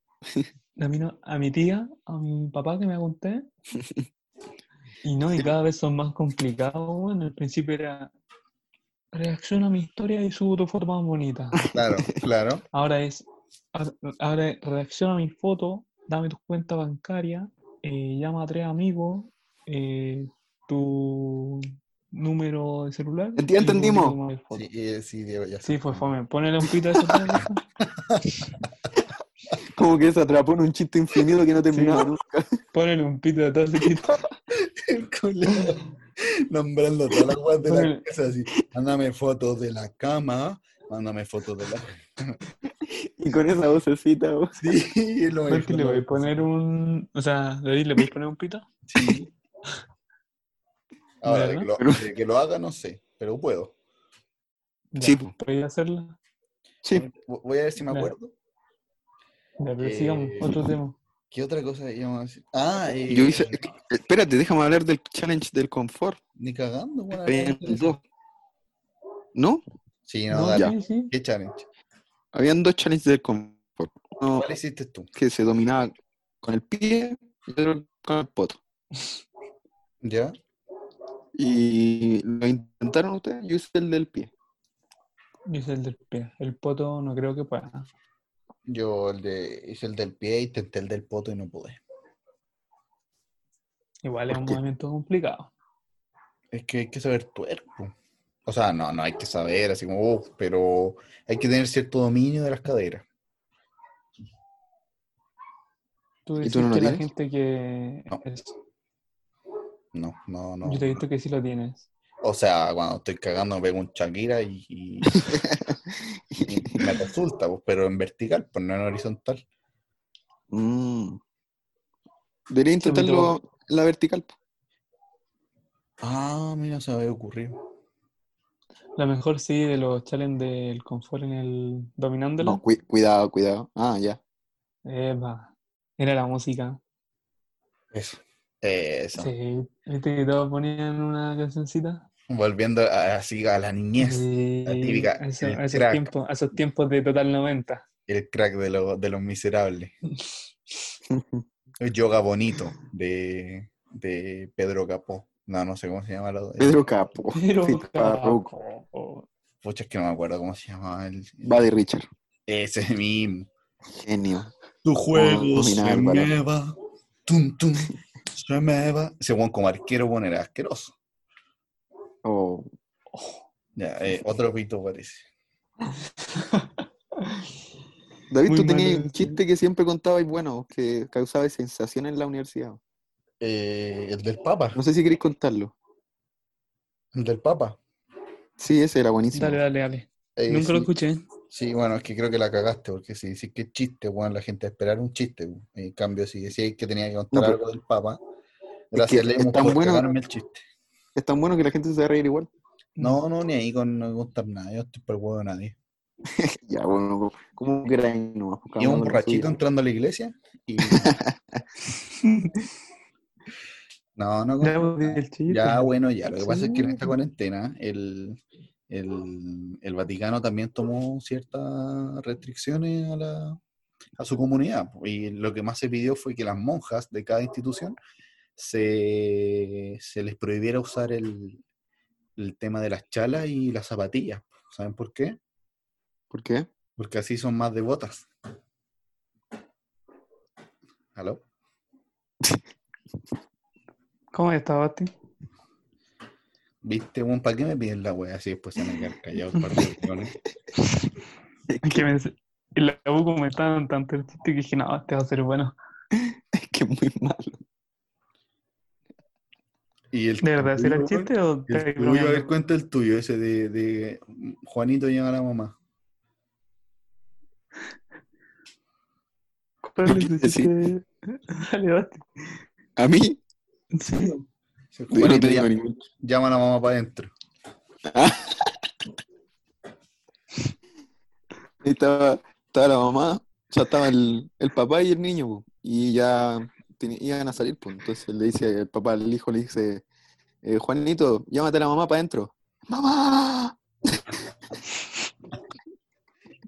camino a mi tía, a mi papá que me conté. Y no, y cada vez son más complicados. Bueno, al principio era reacciona a mi historia y subo tu foto más bonita. [laughs] Claro, claro. Ahora es ahora- ahora es, reacciona a mi foto, dame tu cuenta bancaria, eh, llama a tres amigos, eh, tu número de celular. Enti- y publica entendimos. tu nueva foto. Sí, eh, sí, Diego, ya Sí, sé. [laughs] fue fome. Ponele un pito a eso. ponele. [laughs] Como que se atrapó en un chiste infinito que no terminaba nunca. Ponele un pito a todo ese [laughs] pito. El culiao, Nombrando todas las weas de la Ponele. casa así. Mándame fotos de la cama, mándame fotos de la... [laughs] Y con esa vocecita, po. Sí, es lo ¿Sabes que le voy a mejor. poner un. O sea, David, ¿le voy a poner un pito? Sí. Ahora, de que, ¿Verdad? lo, de que lo haga, no sé, pero puedo. Ya, Sí, po. ¿Podría hacerla? Sí. Vo- Voy a ver si me Claro. acuerdo. Ya, pero sigamos, Eh, otro tema. ¿Qué otra cosa íbamos a decir? Ah, eh, Yo hice. Espérate, déjame hablar del challenge del confort. Ni cagando, weón, Había hablamos de eso. dos. ¿No? Sí, no, No, dale. sí, sí. ¿Qué challenge? Habían dos challenges del confort. Uno ¿Cuál hiciste tú? que se dominaba con el pie y otro con el poto. ¿Ya? Y lo intentaron ustedes, yo hice el del pie. Yo hice el del pie. El poto no creo que pueda. Yo el de, hice el del pie, intenté el del poto y no pude. Igual es ¿Por un qué? movimiento complicado. Es que hay que saber tuerco. O sea, no, no hay que saber, así como, "Oh", pero hay que tener cierto dominio de las caderas. ¿Tú ¿Y dices tú no lo que la tienes? gente que. No. es- No, no, no. Yo te he visto que sí lo tienes. O sea, cuando estoy cagando me pego un Shakira y, [laughs] y- y me resulta, pues, pero en vertical, pues no en horizontal. Mm. Debería Sí, pues, intentarlo en la vertical. pues. po. Ah, mira, se me había ocurrido. La mejor sí de los challenges del confort en el dominándolo. No, cui- cuidado, cuidado. Ah, ya. Epa, era la música. Eso. Eso. Sí, viste que todos ponían una cancioncita. Volviendo a- así a la niñez. Sí, la típica, a eso- el a esos, crack. tiempos, a esos tiempos de total 90. El crack de, lo- de los [laughs] miserables. El yoga bonito de, de Pedro Capó. No, no sé cómo se llama. La, Pedro Capo. Pero, oh, Sí, Parruco. cabrón, Pucha, es que no me acuerdo cómo se llama. El, Va de Richard. ese mismo. Genio. Tu juego se Álvaro. me va. Tum, tum. Se me va. Ese buen como arquero, bueno, era asqueroso. Oh, Ya, eh, otro pito parece. David, Muy tú malo tenías un ese. chiste que siempre contabas y bueno, que causaba sensación en la universidad. Eh, el del Papa. No sé si queréis contarlo. El del Papa. Sí, ese era buenísimo. Dale, dale, dale. Eh, Nunca lo sí. escuché. Sí, bueno, es que creo que la cagaste, porque si decís que es chiste, bueno, la gente va a esperar un chiste. weón. En cambio, si decís que tenía que contar No, pero- algo del Papa, que gracias es Lemus tan por bueno- cagarme el chiste. Es tan bueno que la gente se va a reír igual. No, no, ni ahí con no gustar nada, yo estoy por el huevo de nadie. Ya, bueno, como que era ahí nomás. cada Y un uno con la borrachito suya. [laughs] entrando a la iglesia y... No, no, pues, Ya, con- el chiste. ya bueno, ya. Lo que pasa es que en pues, Sí. esta cuarentena el, el, el Vaticano también tomó ciertas restricciones a, la, a su comunidad. Y lo que más se pidió fue que las monjas de cada institución se, se les prohibiera usar el, el tema de las chalas y las zapatillas. ¿Saben por qué? ¿Por qué? Porque así son más devotas. ¿Aló? ¿Cómo está, Basti? ¿Viste, weón? ¿Para qué me piden la wea así después se me quedan callados un par [laughs] de weones? Es que me, en la U comentaban tanto el chiste que dije, no, este va a ser bueno. Es que es muy malo. Y el ¿De verdad será el tuyo, chiste o El te tuyo, a ver, cuenta el tuyo, ese de, de Juanito llega a la mamá. ¿Cuál es el Sí. chiste? [laughs] Dale, Basti. A mí, Sí. yo no Juanito tengo llama, ningún. llama a la mamá para adentro. Estaba, estaba la mamá, ya estaba el, el papá y el niño, po, y ya teni- iban a salir. po. Entonces le dice el papá, el hijo le dice: eh, Juanito, llámate a la mamá para adentro. ¡Mamá!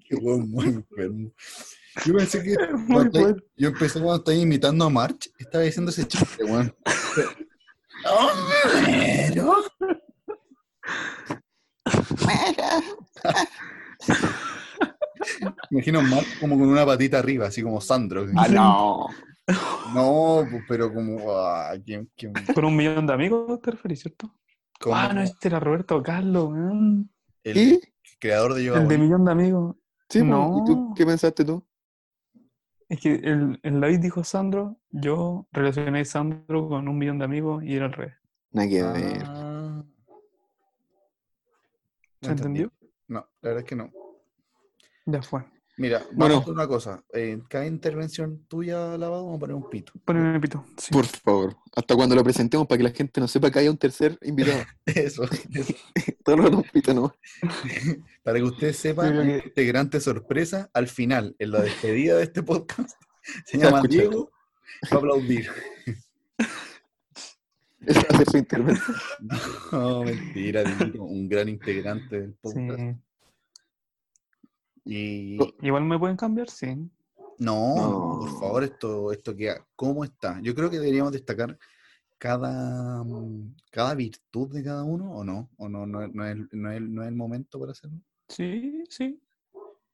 Qué weón, muy enfermo. Yo pensé que [laughs] Muy cuando- bueno. yo empecé cuando estaba imitando a March, estaba diciendo ese [laughs] chiste, weón. ¡Homero! Imagino a March como con una patita arriba, así como Sandro. ¡Ah, no! No, pues, pero como. ah, ¿quién- quién- Con un millón de amigos, te referís, ¿cierto? como Ah, no, este era Roberto Carlos, weón. el ¿Y? creador de Yoga el de Bonito. millón de amigos. Sí, po, No. ¿Y tú qué pensaste tú? Es que el, el David dijo Sandro, yo relacioné Sandro con un millón de amigos y era al revés. Nada que ver. Ah. ¿Se No entendí. entendió? No, la verdad es que no. Ya fue. Mira, vamos Bueno. a hacer una cosa. En cada intervención tuya, Lavado, vamos a poner un pito. [laughs] Poneme pito. Sí. Por favor, hasta cuando lo presentemos para que la gente no sepa que hay un tercer [laughs] invitado. Eso, [laughs] eso. Todos los pitos, ¿no? [laughs] Para que ustedes sepan, Yo creo hay que- este gran sorpresa, al final, en la despedida de este podcast, [laughs] se Se llama escucha. Diego, va a aplaudir. [laughs] Ese va a ser su intervención. No, mentira, Dieguito, un gran integrante del Sí. podcast. Y Igual me pueden cambiar, sí. no, no, No. por favor, esto, esto queda. ¿Cómo está? Yo creo que deberíamos destacar cada, mm, cada virtud de cada uno, ¿o no? ¿O no, no, no es, no es- no es el momento para hacerlo? Sí, sí.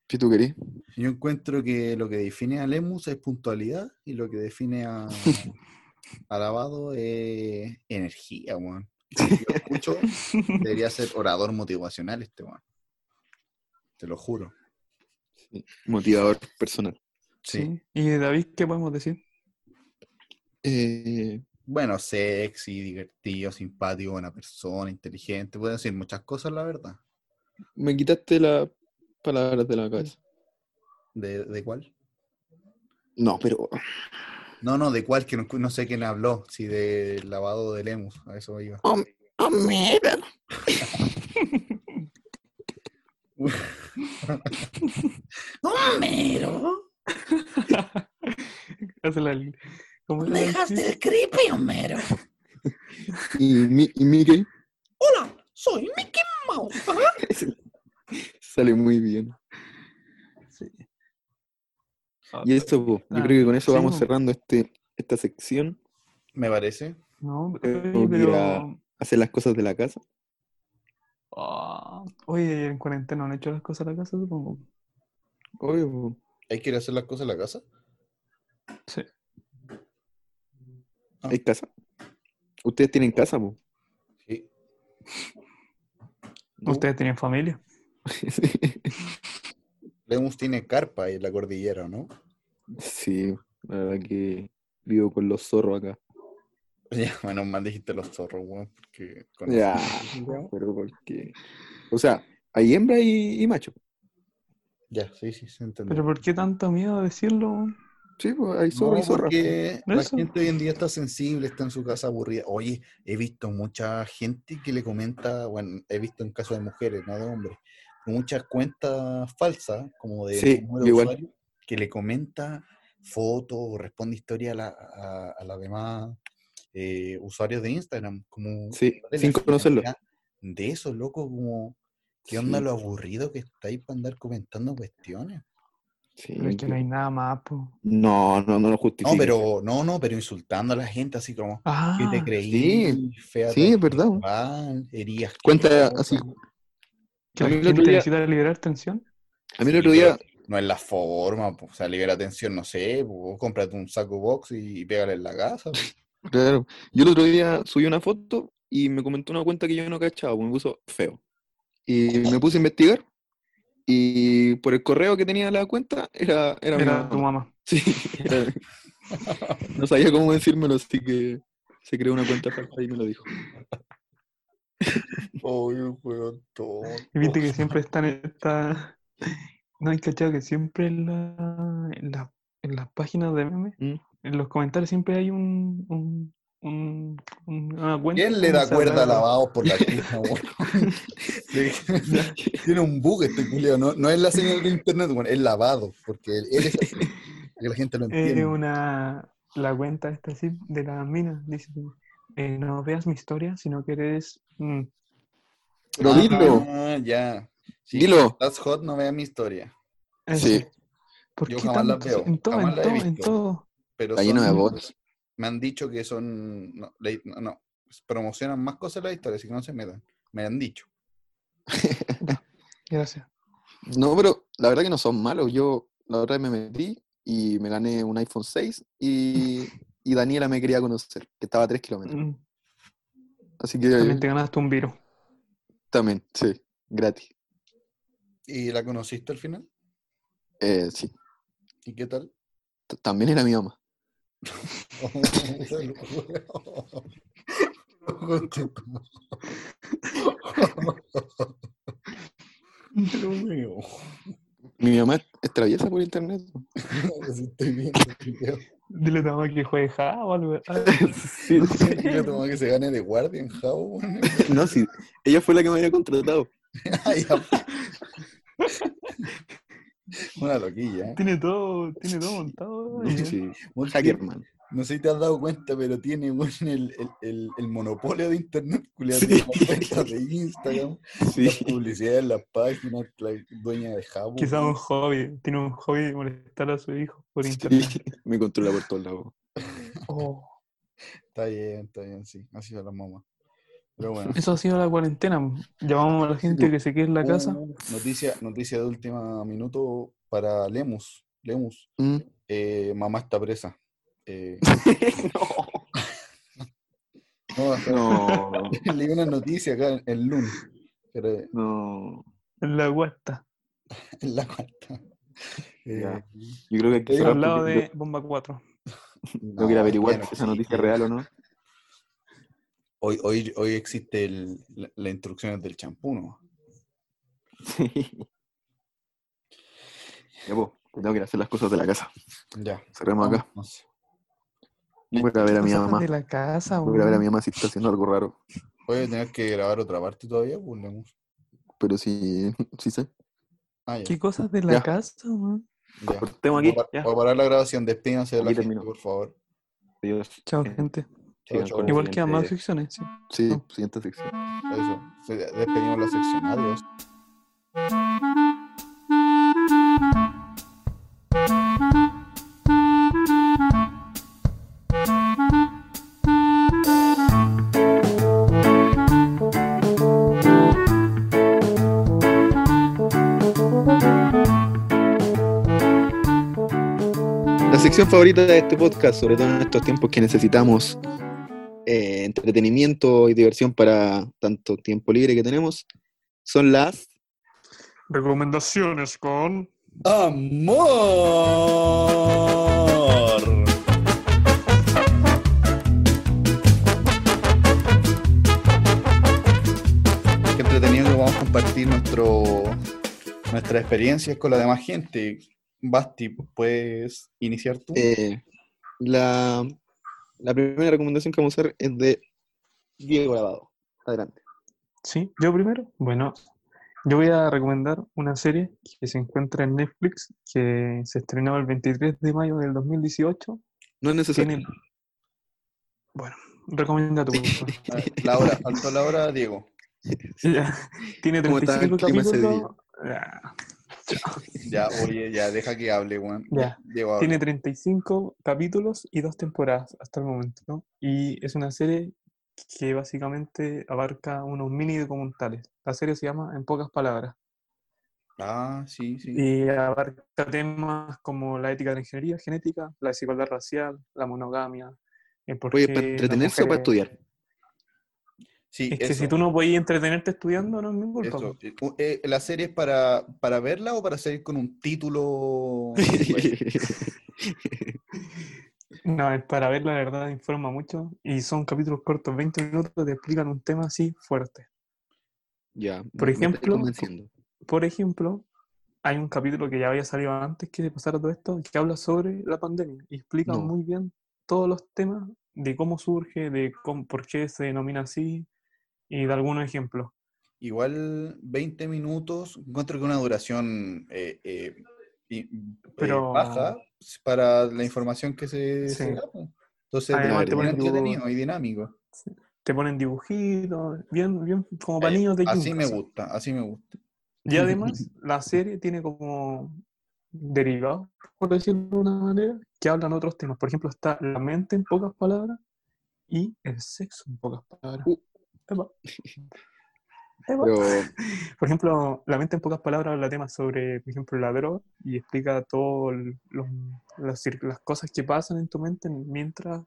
Si tú querés. Yo encuentro que lo que define a Lemus es puntualidad y lo que define a, a Lavado es energía, weón. Si yo lo escucho, debería ser orador motivacional este weón. Te lo juro. Motivador personal. Sí. ¿Y de David qué podemos decir? [laughs] Eh, Bueno, sexy, divertido, simpático, buena persona, inteligente. Puede decir muchas cosas, la verdad. me quitaste las palabras de la cabeza. ¿De, de cuál? No, pero. No, no, de cuál, que no, no sé quién habló. Si de Lavado o de Lemus, a eso iba. ¡Oh, mierda! ¡Homero! Hace la- ¿Cómo es la- Me dejaste el creepy, Homero. Y, mi, y [laughs] Mickey Hola, soy Mickey Mouse. Ajá. sale muy bien. Sí. Y eso, po, yo Ah, creo que con eso sí, vamos po. cerrando este, esta sección, Me parece. No, Creo oye, que pero- era- hacer las cosas de la casa. Ah, Oye, en cuarentena no han hecho las cosas a la casa, supongo. Obvio, po. ¿Hay que ir a hacer las cosas en la casa? ¿hay casa? Ustedes tienen casa, [laughs] po. Sí. Ustedes tenían familia. Lemus tiene carpa ahí en la cordillera, ¿no? [laughs] sí, la verdad que vivo con los zorros acá. Ya, menos mal dijiste los zorros, weón, porque con Ya, eso- [laughs] pero porque... O sea, hay hembra y, y macho. Ya, sí, sí, se entendió. Pero ¿por qué tanto miedo a decirlo? Sí, pues hay zorro No, y zorra. porque la Eso. gente hoy en día está sensible, está en su casa aburrida. Oye, he visto mucha gente que le comenta, bueno, he visto en caso de mujeres, no de hombres, muchas cuentas falsas, como de Sí, número de igual. usuario, que le comenta fotos o responde historia a la, a, a las demás eh, usuarios de Instagram, como Sí, de la sin conocerlo. finalidad De eso, loco, como qué onda Sí, lo aburrido que estáis para andar comentando cuestiones. sí, Pero es que no hay nada más, po. No, no, no lo No, justifico. pero, no, no, pero insultando a la gente así como Ah, ¿Qué te creí? fea sí, es transexual, verdad. herías Cuenta así. que A la mí el gente otro día- necesita liberar tensión. A mí el otro día, No es la forma, po, o sea, libera tensión, no sé, po, cómprate un saco box y, y pégale en la casa. po. claro, yo el otro día subí una foto y me comentó una cuenta que yo no cachaba, pues, me puso feo. Y me puse a investigar y por el correo que tenía la cuenta era, era mi Era tu mamá. mamá. [laughs] Sí, era- [laughs] no sabía cómo decírmelo, así que se creó una cuenta falsa y me lo dijo. Ay, weón, tonto. Y viste que siempre están esta... [laughs] No hay cachado que siempre en, la- en la- en las páginas de memes, Mm. en los comentarios siempre hay un, un, un- un- una cuenta. ¿Quién le donde da se cuerda habla a de- lavados por la china, weón? [laughs] Le- [laughs] Tiene un bug este culiao, no, no es la señal de internet, weón, es lavado, porque él es así, que [laughs] la gente lo entiende. Eh, una, la cuenta esta así de las minas. Dice, eh, no veas mi historia si no quieres... mm, Pero Ah, dilo, ya. Sí, dilo. Estás hot, no vea mi historia. eso". Sí. ¿Por Yo qué jamás las tanto? Sí, veo, En todo, jamás en las he todo, en visto. todo. Pero Está lleno de son- bots. Me han dicho que son. No, le- no, no, pues, promocionan más cosas en la historia, así que no se metan. Me han dicho. Gracias. No, pero la verdad que no son malos. Yo la otra vez me metí y me gané un iPhone 6 y, y Daniela me quería conocer, que estaba a 3 kilómetros. Mm, Así que También te ganaste un virus. también, sí, gratis. ¿Y la conociste al final? Eh, sí, ¿Y [laughs] qué tal? [laughs] t- también era mi mamá. Pero, [laughs] weón, Mi mamá es- es traviesa por internet. si estoy viendo el video. Dile a tu mamá que juegue Java o algo. [laughs] algo. [laughs] Sí, Dile a tu mamá que se gane de guardia en Jao, weón. [laughs] no, sí. Ella fue la que me había contratado. [laughs] [laughs] Ay, ya. Una loquilla. ¿eh? Tiene todo, tiene todo montado. eh. Sí. ya. Sí, Weón, hacker, tiene- man. No sé si te has dado cuenta, pero tiene weón, el, el- el- el monopolio de internet, culiado. Sí. Tiene las cuentas de Instagram, Sí. las publicidades en las páginas, la dueña de Jabo. Quizá weón. un hobby. Tiene un hobby de molestar a su hijo por [laughs] Sí, internet. [laughs] me controla por todos lados. Oh, Está bien, está bien, sí. Así sido la mamá. Pero [laughs] bueno. Eso ha sido la cuarentena. Llamamos a la gente pues. que se quede en la casa. Uh, noticia, noticia de último minuto para Lemus. Lemus, Mm. eh, mamá está presa. Eh, [laughs] no, o sea, No, [laughs] leí una noticia acá el lunes, pero no. En la guasta. en la cuarta. Eh, Ya. Yo creo que hay que Oye, cerrar Al lado porque de Ah, Bomba 4. no, no quiero No, averiguar bueno, si esa sí, noticia es sí. real o no. Hoy, hoy, hoy existe el, la, las instrucciones del champú, ¿no? Sí. Ya, po, tengo que ir a hacer las cosas de la casa. Ya. Cerremos acá. No sé. Voy a ver a mi Cosas mamá. de la casa. Voy a ver a weón. mi mamá si está haciendo algo raro. Voy a tener que grabar otra parte todavía, pues, Lemus. Pero sí, [laughs] sí sé. Ah, ya. ¿Qué cosas de la Ya. casa? weón? Ya. Cortemos aquí, Voy a par- ya. voy a parar la grabación, despídanse de la Aquí gente, terminó. por favor. Adiós. Chao, Eh, gente. Chao, sigan chao. con la Igual que a más siguiente- ficciones, sí. Sí, siguiente sección. Eso, se- despedimos la sección. Adiós. La sección favorita de este podcast, sobre todo en estos tiempos que necesitamos eh, entretenimiento y diversión para tanto tiempo libre que tenemos, son las Recomendaciones con. Amor. Qué entretenido que vamos a compartir nuestro, nuestras experiencias con la demás gente. Basti, puedes iniciar tú. Eh, la, la primera recomendación que vamos a hacer es de Diego Lavado. Adelante. Sí, yo primero. Bueno, yo voy a recomendar una serie que se encuentra en Netflix, que se estrenó el 23 de mayo del 2018. No es necesario. Tiene. Bueno, recomienda tu. [laughs] A ver, [laughs] la hora, faltó la hora, Diego. Tiene ¿Cómo está el 35 clima ese capítulos. Ya. Ya, oye, ya, deja que hable, Juan. Ya. Diego, habla. Tiene 35 capítulos y dos temporadas hasta el momento, ¿no? Y es una serie que básicamente abarca unos mini documentales. La serie se llama En pocas palabras Ah, sí, sí. y abarca temas como la ética de la ingeniería genética, la desigualdad racial, la monogamia. el por Oye, qué ¿para las entretenerse o para mujeres- estudiar? Sí, Es que eso. si tú no podías entretenerte estudiando, no es mi culpa. Eso, po. eh, u- eh, ¿La serie es para, para verla o para salir con un título? Bueno, No, es para ver, la verdad, informa mucho. Y son capítulos cortos, 20 minutos, que te explican un tema así fuerte. [laughs] ya. Por me ejemplo, estáis convenciendo. Por ejemplo, hay un capítulo que ya había salido antes que pasara todo esto, que habla sobre la pandemia y explica No. muy bien todos los temas de cómo surge, de cómo- por qué se denomina así y de algunos ejemplos. Igual 20 minutos, encuentro que una duración eh, eh, y- eh, Pero- baja para la información que se, se Sí. da, pues. Entonces, Además, es te bien ponen dibujo- entretenido y dinámico. Te ponen dibujitos, bien, bien como Ay, panillos de Eh, Así me kinder. gusta, así me gusta. Y además, la serie tiene como derivados, por decirlo de una manera, que hablan otros temas. Por ejemplo, está la mente en pocas palabras y el sexo en pocas palabras. Uh. Epa. [laughs] Epa. Pero, Por ejemplo, la mente en pocas palabras habla temas sobre, por ejemplo, la droga y explica todas las, cir- las cosas que pasan en tu mente mientras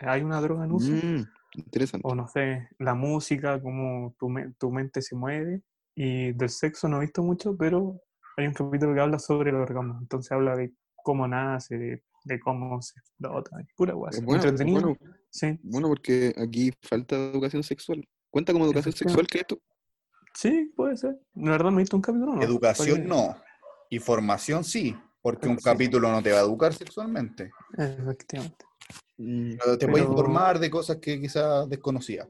hay una droga en uso. mm, interesante. O no sé, la música, cómo tu, me- tu mente se mueve. Y del sexo no he visto mucho, pero hay un capítulo que habla sobre el orgasmo. Entonces habla de cómo nace, de, de cómo se explota. Es pura guasa. Es bueno, es Entretenido. bueno, Sí, bueno, porque aquí falta educación sexual. ¿Cuenta como educación sexual, crees tú? sí, puede ser. La verdad me he visto un capítulo. No, Educación Porque- no, y formación sí, porque un Sí. capítulo no te va a educar sexualmente. Efectivamente. Mm, Pero te puede Pero- informar de cosas que quizás desconocías.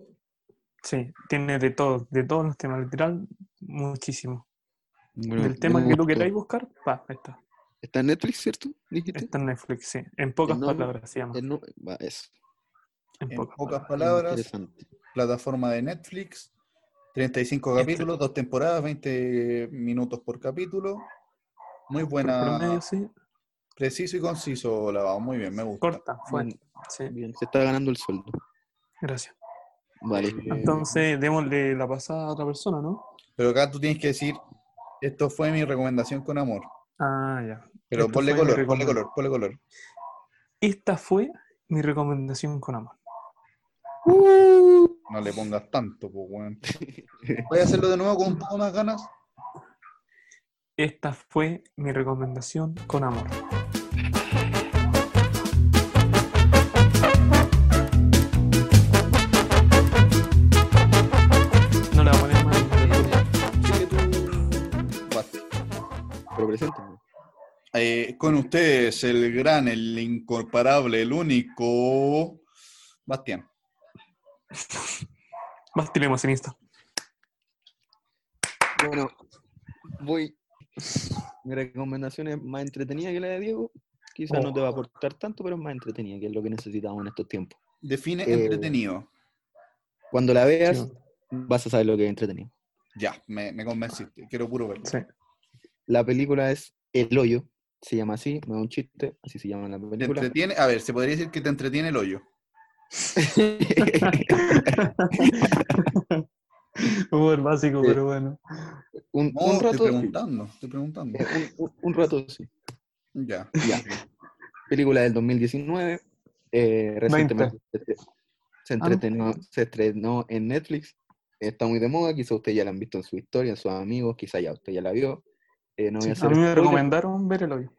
Sí, tiene de todo, de todos los temas, literal, muchísimo. bueno, Del tema yo no que tú busco. queráis buscar, pa, ahí está. Está en Netflix, ¿cierto? Dijiste. Está en Netflix, sí. En pocas nombre- palabras se llama. Eh, no, va, eso. En En pocas pocas palabras. palabras, Interesante. plataforma de Netflix, 35 Este- capítulos, dos temporadas, 20 minutos por capítulo. Muy Por buena, promedio, sí. preciso y conciso, lavado. Muy bien, me gusta. Corta, fue. Bien, Sí, bien, se está ganando el sueldo. gracias. Vale. Eh, Entonces, démosle la pasada a otra persona, ¿no? pero acá tú tienes que decir, esto fue mi recomendación con amor. Ah, ya. Pero Esto ponle fue mi color, ponle recomend- color, ponle color. Esta fue mi recomendación con amor. No le pongas tanto, pues, [laughs] weón. ¿Puedes hacerlo de nuevo con un poco más ganas? Esta fue mi recomendación con amor. No la voy a poner más. Sigue tú, Basti. Pero preséntame. Eh, con ustedes, el gran, el incomparable, el único, Bastián. Más tenemos en Insta. Bueno, voy Mi recomendación es más entretenida que la de Diego. Quizás no te va a aportar tanto, pero es más entretenida, que es lo que necesitamos en estos tiempos. Define Eh, entretenido. Cuando la veas, Sí. vas a saber lo que es entretenido. Ya, me, me convenciste. Quiero puro verlo. Sí. La película es El Hoyo, se llama así, no es un chiste, así se llama la ¿Te película. entretiene? A ver, se podría decir que te entretiene el hoyo. Humor básico, Sí. pero bueno. un, No, un estoy rato, sí. preguntando, estoy preguntando. Eh, un- un- un rato, sí. Ya. Ya. Película del 2019. eh, recientemente se- Ah, se, entretenió- se estrenó en Netflix. Está muy de moda. Quizá ustedes ya la han visto en su historia, en sus amigos. Quizá ya usted ya la vio. Eh, no voy a, A hacer mí me spoiler. recomendaron ver el hoyo.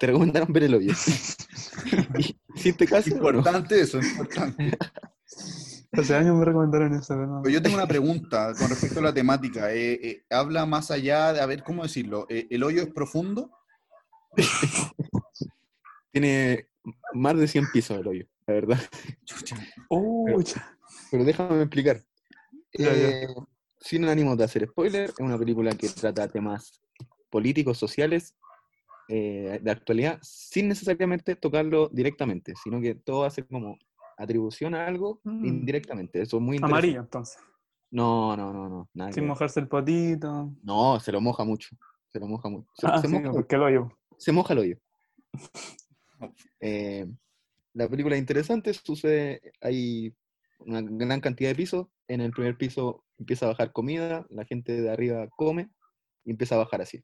Te recomendaron ver el [laughs] hoyo. ¿Hiciste caso? o no? Importante eso, importante. Hace años me recomendaron eso, pero no. Pero yo tengo una pregunta con respecto a la temática. Eh, eh, habla más allá de, a ver, ¿cómo decirlo? Eh, ¿El hoyo es profundo? Tiene más de 100 pisos el hoyo, la verdad. Oh, ya. Pero déjame explicar. Ya, ya. Eh, sin ánimo de hacer spoiler, es una película que trata temas políticos, sociales, eh, de actualidad, sin necesariamente tocarlo directamente, sino que todo hace como atribución a algo Mm. indirectamente. Eso es muy interesante. Ah, amarillo entonces. No, no, no, no. nada que Sin ver. mojarse el potito. No, se lo moja mucho. Se lo moja mucho. Se, Ah, se sí, moja porque el hoyo. se moja el hoyo. Eh, la película es interesante, sucede, hay una gran cantidad de pisos, en el primer piso empieza a bajar comida, la gente de arriba come y empieza a bajar así.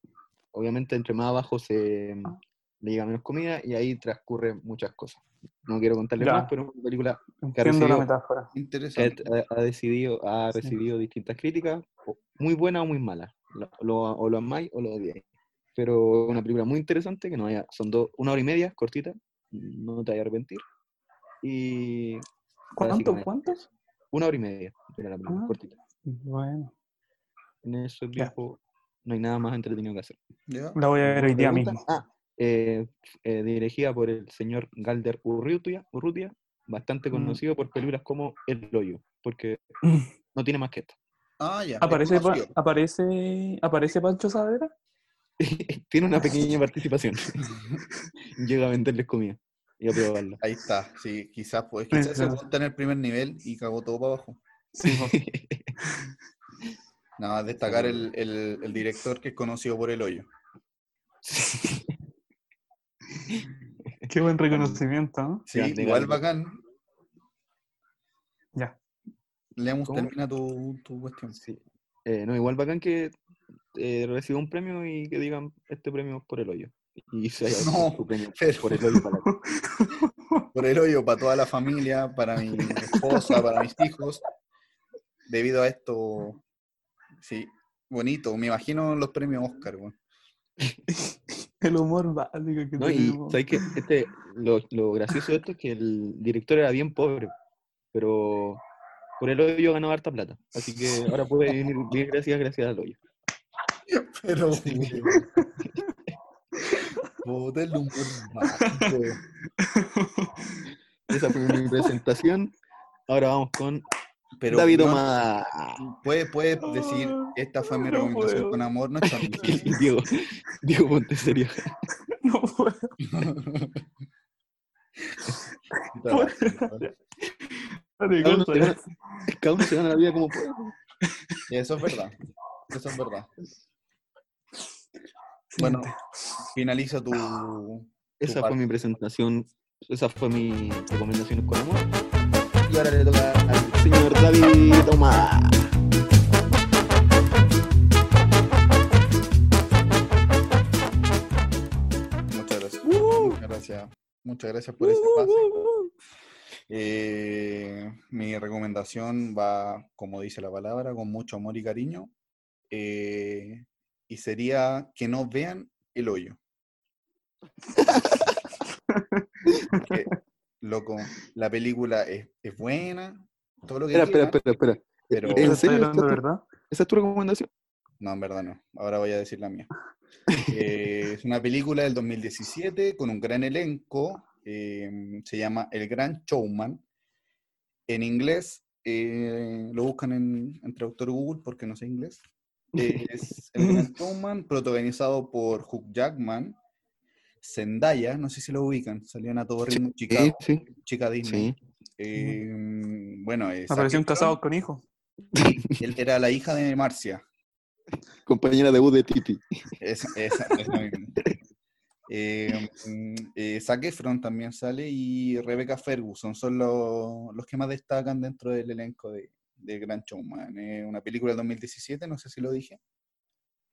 Obviamente entre más abajo se le llega menos comida y ahí transcurren muchas cosas. No quiero contarle Ya. más, pero es una película Entiendo la recibió- metáfora. que Interesante. Eh, ha, ha decidido, ha Sí. recibido distintas críticas, o- muy buenas o muy malas. Lo, lo- o lo amáis o lo odiáis. Pero es una película muy interesante, que no haya, son dos, una hora y media, cortita, no te vayas a arrepentir. Y ¿Cuántos? básicamente, ¿Cuántos? Una hora y media, era la película, Ah. cortita. Bueno. En ese Ya. tiempo no hay nada más entretenido que hacer. Ya. La voy a ver hoy día Pregunta- mismo. Ah, eh, eh, dirigida por el señor Galder Urrutia, Urrutia bastante Mm. conocido por películas como El Hoyo, porque [laughs] no tiene más que esta. [laughs] Ah, ya. ¿Aparece, Es Pa- conocido. aparece, ¿Aparece Pancho Saavedra? Tiene una pequeña [laughs] participación. Llega a venderles comida y a probarla. Ahí está, sí, quizás, pues, quizás se Interesante. junta en el primer nivel y cagó todo para abajo. Nada, destacar el, el- el director que es conocido por el hoyo. [laughs] Qué buen reconocimiento, ¿no? Sí, Ya, igual legal. bacán. Ya. Leamos, ¿Cómo? termina tu, tu cuestión. [laughs] Sí. Eh, no, igual bacán que eh, reciba un premio y que digan este premio es por el hoyo. Y se [laughs] haya No, su premio pero- por el hoyo para la- Por el hoyo, para toda la familia, para mi [laughs] esposa, para mis hijos. Debido a esto, sí, bonito. Me imagino los premios Oscar, güey. [laughs] El humor básico que No, y tenemos. sabes que este, lo, lo gracioso de esto es que el director era bien pobre, pero por el hoyo ganó harta plata. Así que ahora puede vivir bien gracias, gracias al hoyo. Pero, [laughs] puta, el humor mágico. Esa fue mi presentación. Ahora vamos con Pero, David weón, Omada. Puedes puedes decir, esta fue mi Ah, no recomendación puedo. con amor, no [laughs] es tan difícil. [laughs] Diego, Diego, ponte serio. [laughs] No puedo. de Cada uno, cosas. se gana, [laughs] cada uno se gana la vida como puede. Y eso es verdad. Eso es verdad. Bueno, finaliza tu. Esa parte. fue mi presentación, esa fue mi recomendación con amor. Y ahora le toca al señor David Omada. Muchas gracias. Uh-huh. Muchas gracias. Muchas gracias por este pase. Eh, mi recomendación va, como dice la palabra, con mucho amor y cariño. eh, y sería que no vean el hoyo. Porque, loco, la película es, es buena, todo lo que Espera, espera, quieran, espera, espera. pero [laughs] ¿En ¿Estás serio? llorando, verdad? ¿Esa es tu recomendación? No, en verdad no. Ahora voy a decir la mía. Eh, es una película del 2017 con un gran elenco. eh, se llama El Gran Showman. En inglés, eh, lo buscan en, en traductor Google porque no sé inglés. es Emma Stone, protagonizado por Hugh Jackman. Zendaya, no sé si lo ubican, salió en A Todo Ritmo en Sí, Chicago, sí, chica Disney. sí. Eh, bueno, es Apareció un casado con hijos. Él era la hija de Marcia. Compañera de U de Titi. Esa, esa, esa misma. Eh, mm, eh, Zac Efron también sale y Rebecca Ferguson son lo- los que más destacan dentro del elenco de, de Grand Showman. Eh, una película del 2017, no sé si lo dije.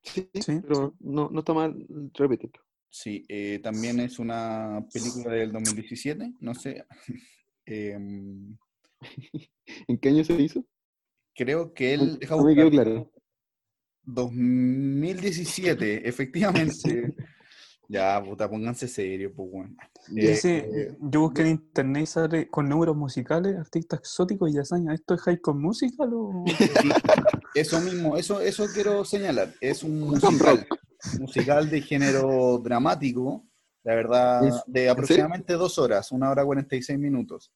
Sí, Sí. pero no, no está mal, repítelo. Sí, eh, también es una película del 2017, no sé. [laughs] Em, ¿En qué año se hizo? creo que él... deja No me quedó buscar. claro. [laughs] 2017, [laughs] efectivamente. ya, puta, pónganse serio, pues, weón. Y Eh, ese, eh, yo busqué en internet y sale con números musicales, artistas exóticos y hazañas. ¿Esto es High con Musical [laughs] o...? Eso mismo, eso, eso quiero señalar. Es un Glam musical, musical de género dramático, la verdad, Es- de aproximadamente dos horas, una hora cuarenta y seis minutos.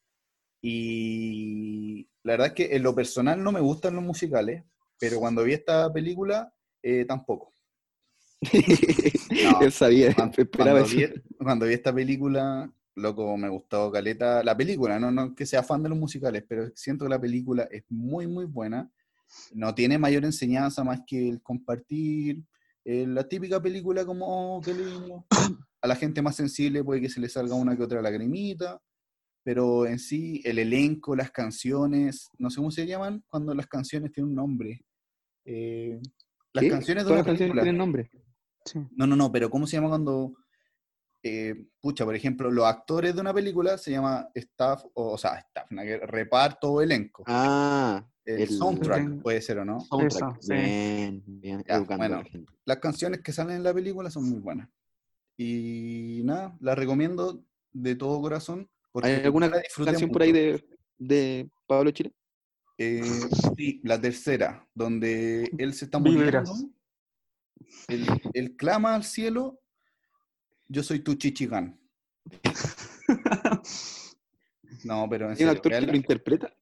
Y la verdad es que en lo personal no me gustan los musicales, pero cuando vi esta película, eh, tampoco. [laughs] Él sabía, Cuando, esperaba cuando vi, e-, eso. cuando vi esta película, loco, me gustó Caleta. La película, no, no que sea fan de los musicales, pero siento que la película es muy, muy buena. No tiene mayor enseñanza más que el compartir. eh, la típica película como, oh, qué lindo. [coughs] A la gente más sensible puede que se le salga una que otra lagrimita. Pero en sí, el elenco, las canciones, no sé cómo se llaman cuando las canciones tienen un nombre. Eh, las ¿Qué? canciones de Todas una las canciones película. tienen nombre. No, no, no, pero ¿cómo se llama cuando, eh, pucha, por ejemplo, los actores de una película se llama staff, o, o sea, staff, nada que ver, reparto o elenco. Ah, el, el- soundtrack Entiendo. puede ser o no. soundtrack. Esa, sí. Bien, bien, Ya, educando a la bueno. gente. Las canciones que salen en la película son muy buenas. Y nada, las recomiendo de todo corazón. Porque ¿Hay alguna la disfruté canción por ahí mucho. de, de Pablo Chile? Eh, sí, la tercera, donde él se está Víveras. muriendo. Él, él clama al cielo, yo soy [laughs] tu chichigán. No, pero en ¿Hay un serio, actor que véanla. lo interpreta?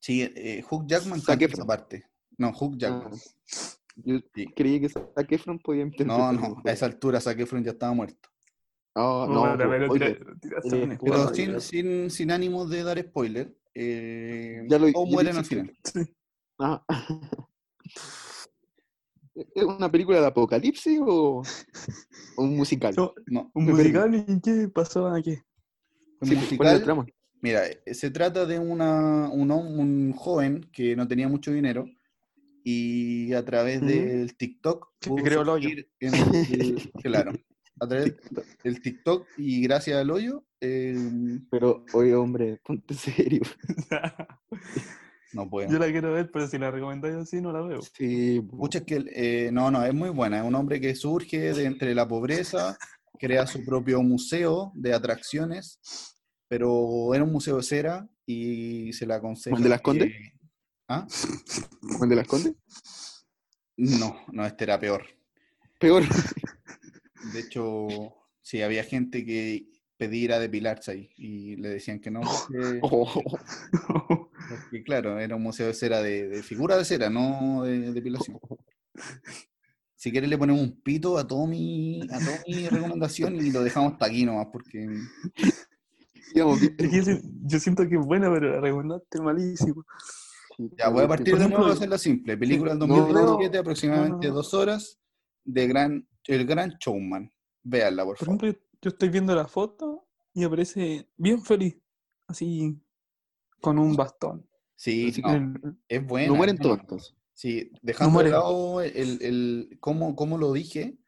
Sí, eh, Hugh Jackman Zac canta Efron. esa parte. No, Hugh Jackman. Ah, yo Sí. creí que Zac Efron podía interpretar. no, no, a esa altura Zac Efron ya estaba muerto. [laughs] No, no, Puta, Oh, me lo oye, tira- tiraste eh, con el- Puta, Pero madre. sin, sin, sin ánimo de dar spoiler, eh, Ya lo- todos ya lo mueren al hiciste. final. ah. [laughs] ¿Es una película de apocalipsis o o un musical? No, No, ¿Un Me musical y qué pasó aquí? [laughs] Sí, un ¿Cuál es la musical, trama? Mira, eh, se trata de una, un, hom- un joven que no tenía mucho dinero y a través Ujú. del TikTok Que creó el hoyo. surgir en el- claro, a través del TikTok y gracias al hoyo, eh, Pero, oye, hombre, ponte serio. [laughs] no puedo. Yo la quiero ver, pero si la recomendáis así no la veo. Sí, po. Pucha, es que el- eh, no, no, es muy buena. Es un hombre que surge de entre la pobreza, crea su propio museo de atracciones, pero era un museo de cera y se la aconseja. ¿El de las Condes? que- ¿Ah? ¿Como el de las Condes? No, no, este era peor. Peor. De hecho, sí, había gente que pedía ir a depilarse ahí y le decían que no, porque, Oh, porque, claro, era un museo de cera de, de figura de cera, no de depilación. Si quieres le ponemos un pito a todo mi, a toda mi recomendación y lo dejamos hasta aquí nomás, porque digamos, Es que yo, si- yo siento que es buena, pero la recomendaste malísimo. ya voy a partir Por de ejemplo, nuevo a hacerla simple. Película del no, 2017, no, aproximadamente no, no. dos horas, de gran, el gran showman. Véanla, por Por favor. ejemplo, yo estoy viendo la foto y aparece bien feliz, así, con un bastón. Eh, Sí, Así que- no, El- es buena. No mueren es buena. todos, entonces. Sí, dejando de muere. lado el, el cómo, cómo lo dije,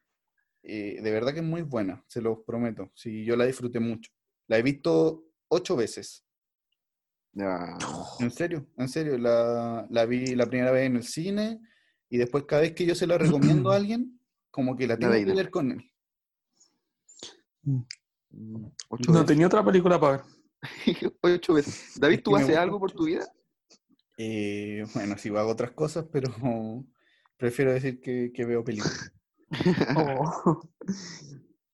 eh, de verdad que es muy buena, se los prometo. Sí, yo la disfruté mucho. La he visto ocho veces. Ya. En serio, en serio. La, la vi la primera vez en el cine y después cada vez que yo se la recomiendo [clears throat] a alguien, como que la tengo que veis, ver con él. Mm, Ocho No veces. tenía otra película para ver. [laughs] Ocho veces. David, Es que ¿tú me haces gusta algo por tu vida? Eh, bueno, sí hago otras cosas, pero [laughs] prefiero decir que, que veo películas. Oh. [laughs]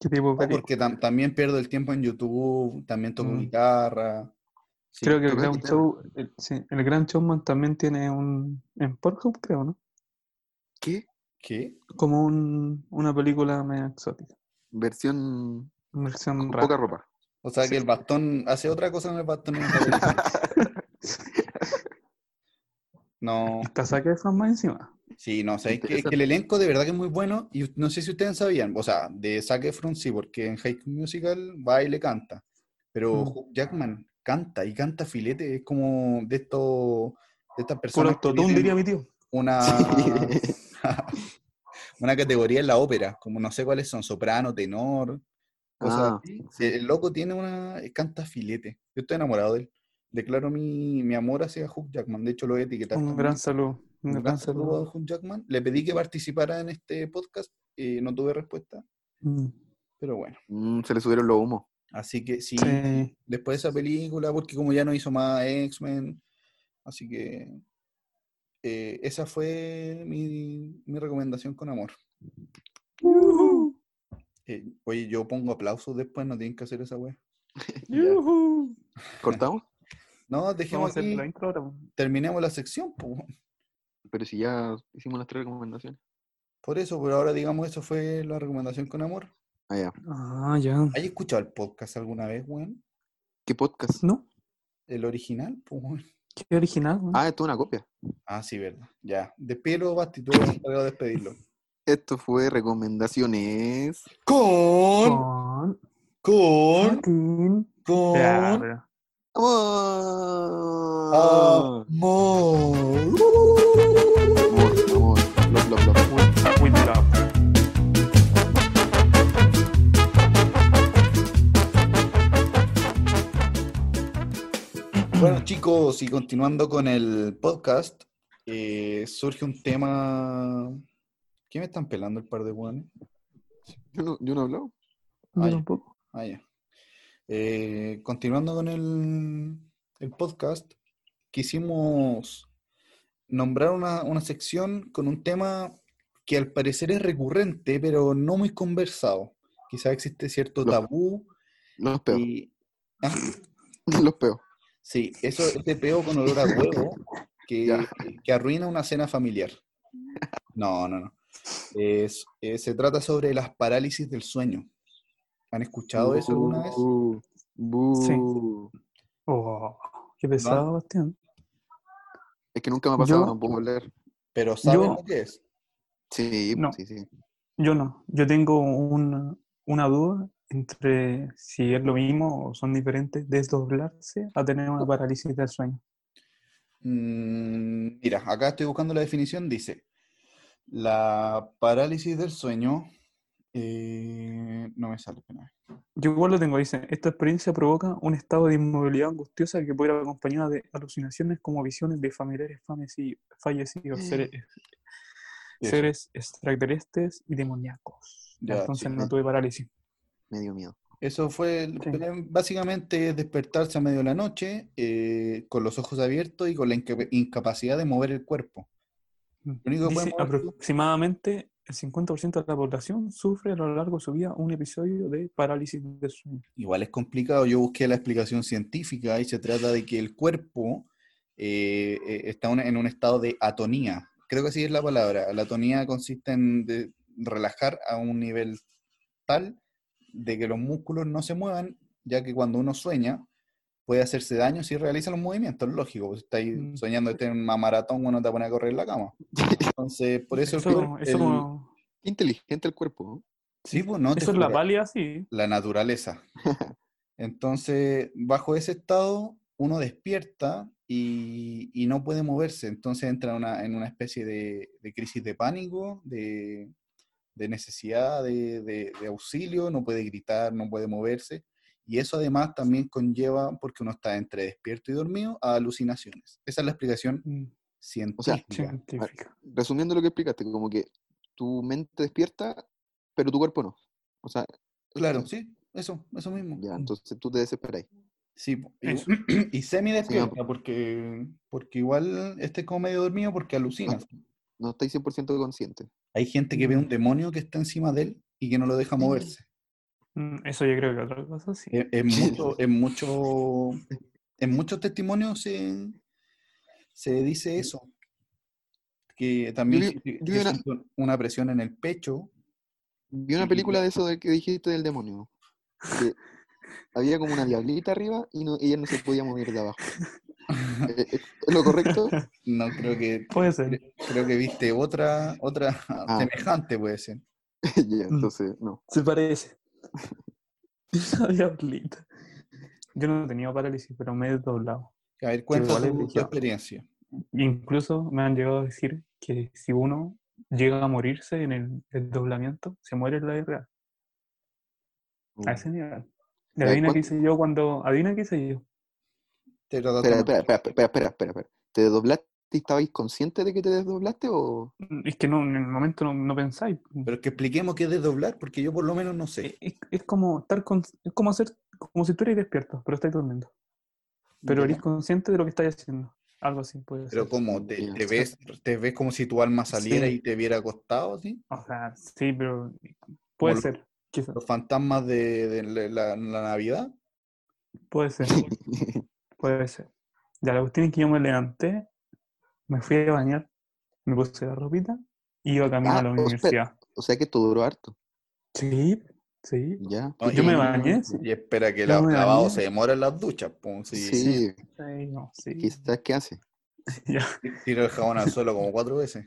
¿Qué tipo de No, película? Ah, Porque tam- también pierdo el tiempo en YouTube, también toco Mm. guitarra. Sí. Creo que el tocar Gran guitarra. Show, el, sí, el Gran Showman también tiene un en Pornhub, creo, ¿no? ¿Qué? ¿Qué? Como un- una película medio exótica. Versión Versión con rara. poca ropa. O sea que el bastón hace otra cosa en el bastón. [laughs] en la película. no, Y casaca de fan más encima. sí, no, sé que, Interesante. que el elenco de verdad que es muy bueno y no sé si ustedes sabían, o sea, de Zac Efron sí, porque en High School Musical va y le canta, pero Mm. Hugh Jackman canta y canta filete, es como de estos, de estas personas Puro que autotune, diría tienen mi tío. Sí. una, [laughs] una categoría en la ópera, como no sé cuáles son, soprano, tenor, cosas Ah, así. El loco tiene una. eh, canta filete. Yo estoy enamorado de él. Declaro mi, mi amor hacia Hugh Jackman. De hecho, lo voy a etiquetar. Un también. gran saludo. Un Un gran saludo saludo. a Hugh Jackman. Le pedí que participara en este podcast. eh, no tuve respuesta, Mm, pero bueno. mm, se le subieron los humos. Así que sí, Sí. después de esa película, porque como ya no hizo más X-Men, así que. eh, esa fue mi, mi recomendación con amor. Eh, oye, yo pongo aplausos después, no tienen que hacer esa wea. Yujú. ¿Cortamos? No, Vamos a dejemos hacer aquí, la intro ahora. po. terminemos la sección. po. Pero si ya hicimos las tres recomendaciones. Por eso, por ahora digamos, eso fue la recomendación con amor. Ah, ya. Ah, ya. ¿Has escuchado el podcast alguna vez, weón? ¿Qué podcast? ¿No? El original, pues, weón. Qué original. ¿no? Ah, esto es una copia. Ah, sí, verdad. Ya. Despídelo, Basti, tú eres el encargado de despedirlo. Esto fue recomendaciones. Con, Con con, Martín. con Ya, pero- ¡Amor! amor. Amor, amor. Love, love, love. with- with love. Bueno, chicos, y continuando con el podcast, eh, surge un tema. ¿Qué me están pelando el par de weones? Yo no, yo no he hablado. Yo Ay. tampoco. Ah, ya. Eh, continuando con el, el podcast, quisimos nombrar una, una sección con un tema que al parecer es recurrente, pero no muy conversado. Quizás existe cierto Lo- tabú Los peos. y... Ah, [laughs] Los peos. sí, eso, este peo con olor a huevo que, [laughs] Ya. que arruina una cena familiar. No, no, no. Es- eh, se trata sobre las parálisis del sueño. ¿Han escuchado eso alguna vez? Bu, bu. Oh, qué pesado, Bastián. Es que nunca me ha pasado, Yo- no puedo hablar. Pero ¿saben Yo- lo que es? Sí, pues, No. sí, sí. Yo no. Yo tengo una, una duda entre si es lo mismo o son diferentes desdoblarse a tener una parálisis del sueño. Mm, Mira, acá estoy buscando la definición. Dice, la parálisis del sueño... eh, no me sale. espera. Yo igual lo tengo, dice, esta experiencia provoca un estado de inmovilidad angustiosa que puede ir acompañada de alucinaciones como visiones de familiares fameci- Mm. fallecidos, seres, Eso. seres extraterrestres y demoníacos. Ya, Entonces sí, no sí. tuve parálisis. Me dio miedo. Eso fue, el- Sí. pero básicamente es despertarse a medio de la noche eh, con los ojos abiertos y con la inca- incapacidad de mover el cuerpo. único que Mm. Dice, podemos ver- aproximadamente el 50% de la población sufre a lo largo de su vida un episodio de parálisis del sueño. Igual es complicado. Yo busqué la explicación científica y se trata de que el cuerpo eh, eh, está una- en un estado de atonía. Creo que así es la palabra. La atonía consiste en de- relajar a un nivel tal de que los músculos no se muevan, ya que cuando uno sueña puede hacerse daño si realiza los movimientos, lógico. Pues está ahí Mm. soñando estar en una maratón, uno te pone a correr en la [laughs] cama. Entonces, por eso, el Eso, cuerpo- eso- el- Qué inteligente el cuerpo. ¿no? sí, pues, no, te eso es la juro pálida, sí. la naturaleza. Entonces, bajo ese estado, uno despierta y, y no puede moverse. Entonces entra una- en una especie de, de crisis de pánico, de, de necesidad de, de- de auxilio, no puede gritar, no puede moverse. Y eso además también conlleva, porque uno está entre despierto y dormido, a alucinaciones. Esa es la explicación Mm, científica. científica. Resumiendo lo que explicaste, como que tu mente despierta, pero tu cuerpo no. O sea, claro, sí, eso, eso mismo. Mm. ya, entonces tú te desesperas. Sí, po, y, Eso. [clears throat] y semi Sigamos. despierta, porque, porque igual este es como medio dormido porque alucinas. No estoy 100% consciente. Hay gente que ve un demonio que está encima de él y que no lo deja Sí. moverse. Mm, Eso yo creo que otra cosa sí. En, en Sí. mucho, en, mucho, en muchos testimonios se, se dice eso. que también Yo- que- yo que era- siento una presión en el pecho. Vi una película de eso de que dijiste del demonio. que había como una diablita arriba y no, ella no se podía mover de [laughs] abajo. Eh, eh, ¿Es lo correcto? No creo que Puede ser. creo que viste otra otra Ah. semejante puede ser. [laughs] Ya, entonces, no. Se parece. Una diablita. Yo no he tenido parálisis, pero me he doblado. A ver, cuenta igual es tu- tu, brígido. experiencia. Incluso me han llegado a decir que si uno llega a morirse en el, el doblamiento, se muere en la vida real. A Ah, ese nivel. Y Ya, adivina ¿cuán- qué hice yo cuando. Adivina qué hice yo. Te lo Espera, espera, espera, espera, espera, espera, espera. ¿Te desdoblaste y estabais consciente de que te desdoblaste o...? [laughs] Es que no, en el momento no, no pensáis. Pero que expliquemos qué es desdoblar, porque yo por lo menos no sé. Es, es- es como estar con, es como hacer como si tú eres despierto, pero estás durmiendo. Pero Ya. eres consciente de lo que estás haciendo. Algo así puede Pero ser. como te, Ya. te ves, te ves como si tu alma saliera Sí. y te viera acostado, ¿sí? O sea, sí, pero puede lo- ser. Quizás. Los fantasmas de, de la, la Navidad. Puede ser. Puede ser. Ya la cuestión es que yo me levanté, me fui a bañar, me puse la ropita y iba camino Ah, a la o sea- universidad. o sea que esto duró harto, Sí, sí. ¿ya? Oye, [laughs] yo me y- bañé. Sí, Y espera que Yo los me lavados bañé. se demoran las duchas, pum, si- Sí, sí, no, sí. quizás qué [laughs] hace. Ya, Tiro el jabón al suelo como [laughs] cuatro veces.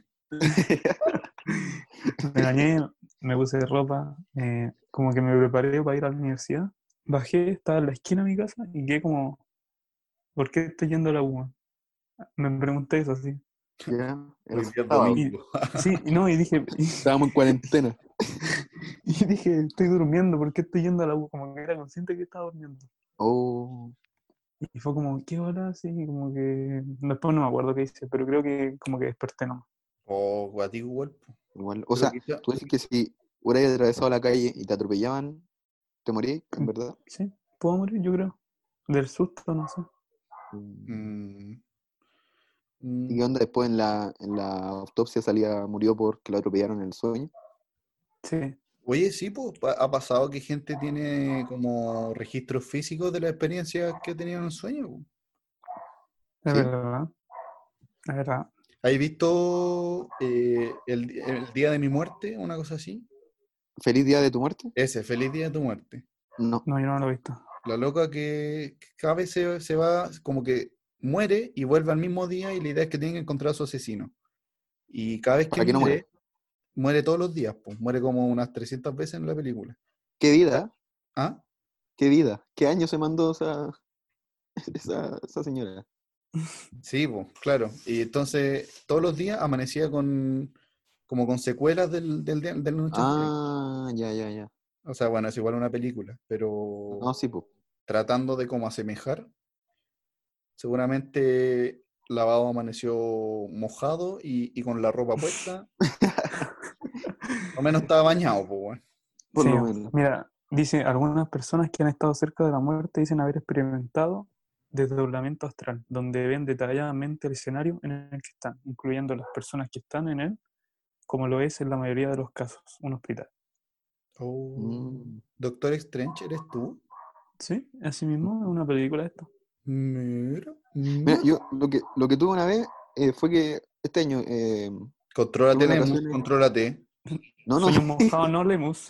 me bañé, me puse ropa, eh, como que me preparé para ir a la universidad. Bajé, estaba en la esquina de mi casa y quedé como, ¿por qué estoy yendo a la U? Me pregunté eso así. Ya, era Hoy día es sábado. domingo. Sí, y no, y dije, [laughs] Estábamos en cuarentena. y dije, estoy durmiendo, ¿por qué estoy yendo a la U? Como que era consciente que estaba durmiendo. Oh, Y fue como, ¿qué hora? Sí, como que. Después no me acuerdo qué hice, pero creo que como que desperté nomás. O guatico Oh, igual. po. igual. O Pero sea, quizá- tú dices que si hubieras atravesado la calle y te atropellaban, te morías, en verdad. Sí, puedo morir, yo creo. Del susto, no sé. Mm. Mm. ¿Y onda después en la, en la autopsia salía, murió porque lo atropellaron en el sueño? Sí, Oye, sí, pues pa- ha pasado que gente tiene como registros físicos de las experiencias que ha tenido en el sueño. po. es Sí. verdad. Es verdad. ¿Has visto eh, el, di- el día de mi muerte? Una cosa así. ¿Feliz día de tu muerte? Ese, feliz día de tu muerte. No. No, yo no lo he visto. La loca que que cada vez se, se va, como que muere y vuelve al mismo día y la idea es que tiene que encontrar a su asesino. Y cada vez que Para que no muera. muere, muere todos los días, pues muere como unas 300 veces en la película. ¿Qué vida? ¿Ah? ¿Qué vida? ¿Qué año se mandó esa, [laughs] esa, esa señora? Sí, pues, claro. Y entonces todos los días amanecía con como con secuelas del, del, día- de la noche anterior. Ah, ya, ya, ya. O sea, bueno, es igual una película, pero No, sí, pues. tratando de como asemejar, seguramente lavado amaneció mojado y, y con la ropa [laughs] puesta. Al menos estaba bañado, pues, weón. Por Sí, lo menos. Mira, dice, algunas personas que han estado cerca de la muerte dicen haber experimentado desdoblamiento astral, donde ven detalladamente el escenario en el que están, incluyendo las personas que están en él, como lo es en la mayoría de los casos, un hospital. Mm. Doctor Strange, ¿eres tú? Sí, así mismo es una película esto. Mira, Mira, mira. yo lo que, lo que tuve una vez eh, fue que este año. eh, Contrólate, Algunas Nemo, ocasiones- contrólate. no, no, Soy un mojado no lemus.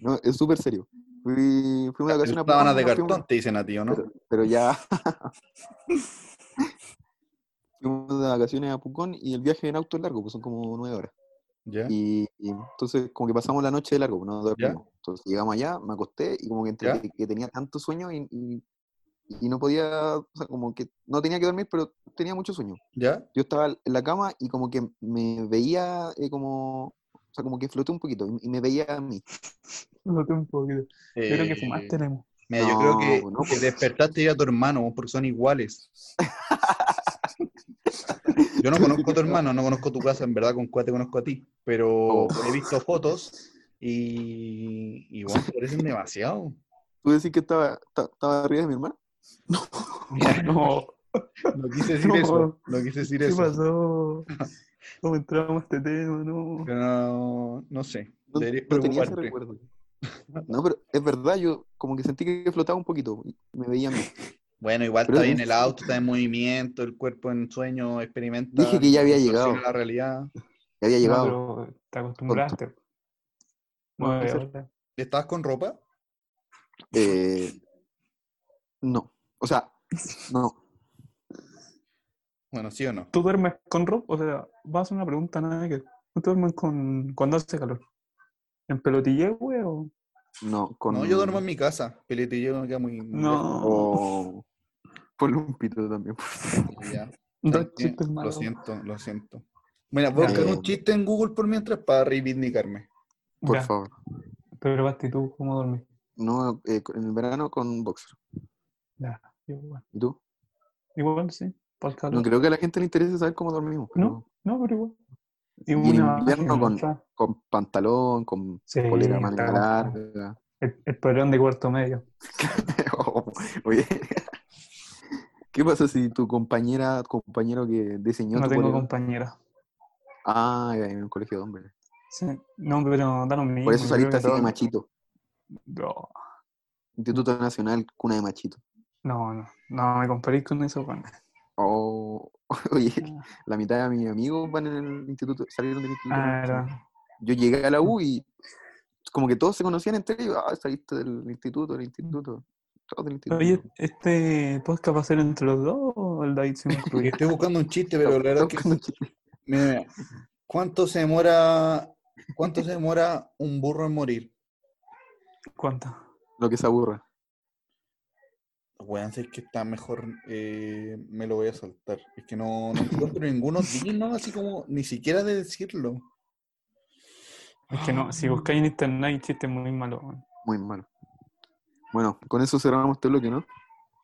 no, es súper serio. Fui, fui una Las ocasión a sábanas de Pucallpa, fuimos- cartón te dicen a ti, ¿o no? pero, pero ya. [laughs] Fuimos de vacaciones a Pucón y el viaje en auto es largo, pues son como nueve horas. ¿Ya? Y, y entonces, como que pasamos la noche de largo, pues, no ¿Ya? dormimos. Entonces, llegamos allá, me acosté y como que entre ¿Ya? que, que tenía tanto sueño y, y- y no podía, o sea, como que no tenía que dormir, pero tenía mucho sueño. ¿Ya? Yo estaba en la cama y como que me veía eh, como, o sea, como que floté un poquito y, y me veía a mí. No te un poquito. Yo creo que fumaste Eh, lemus. Mira, yo creo No, que, pues no, que pues. despertaste ya a tu hermano, porque [laughs] son iguales. Yo no conozco a tu hermano, no conozco tu casa, en verdad, con cuál te conozco a ti, pero Oh. he visto fotos y, y bueno, parecen demasiado. ¿Tú decís que estaba, esta- estaba arriba de mi hermano? Mira, [laughs] No, no [laughs] quise decir No. eso, no quise decir ¿qué eso. pasó? ¿Cómo entramos a este tema? No. Pero no, no sé, No, deberías no tenía ese preocuparte. recuerdo. [laughs] No, pero es verdad, yo como que sentí que flotaba un poquito y me veía a mí. Bueno, igual Pero está bien es- el auto, está en movimiento, el cuerpo en sueño experimenta. Dije que ya había distorsiona llegado. La realidad. Que había llegado. No, pero te acostumbraste. Bueno, Nueve eso- horas. ¿Estabas con ropa? Eh, no. O sea, no. Bueno, sí o no. ¿Tú duermes con ropa? O sea, vas a hacer una pregunta nada que. ¿Tú duermes con cuando hace calor? ¿En pelotille, güey? O... No, con... No, yo duermo en mi casa. Peletillo me queda muy. muy lejos. O... Ponle un pito también. por favor. [laughs] Ya. Dos También, chistes Lo malos. siento, lo siento. Mira, busca Ya. un chiste en Google por mientras para reivindicarme. Por Ya, favor. Pero Basti, ¿tú cómo dormís? No, eh, en el verano con boxer. Ya, igual. ¿Y tú? Igual, sí. Por el calor. No creo que a la gente le interese saber cómo dormimos. pero Ah, No. No, pero igual. Y en una- invierno con- otra. Con pantalón, con Sí, polera manga está complicado. larga. [laughs] El, el polerón de cuarto medio. Oh, oye. ¿Qué pasa si tu compañera, compañero que diseñó No, tu tengo polera- compañera. Ah, ya, en un colegio de hombres. Sí. No, pero da lo mismo. Por eso yo saliste creo que así de todo- machito. No, Instituto Nacional, cuna de machito. no, no. No, me comparís con eso, bueno. Oh, [laughs] oye, Ah. la mitad de mis amigos van en el instituto, salieron del instituto. Ah, Nacional. era- Yo llegué a la U y como que todos se conocían entre ellos. Ah, saliste del instituto, del instituto. Todos del instituto. Oye, ¿este podcast va a ser entre los dos o el David se me Porque [laughs] incluye? estoy buscando un chiste, pero la verdad Todos es que. con- Mira, mira. ¿cuánto se demora, cuánto se demora un burro en morir? ¿Cuánto? Lo que se aburra. Weón, si es que está mejor, eh, me lo voy a saltar. Es que no, no encuentro ninguno digno, así como ni siquiera de decirlo. Es que no, Ah. si buscáis en internet hay chistes muy malos. weón. Muy malo. Bueno, con eso cerramos este bloque, ¿no?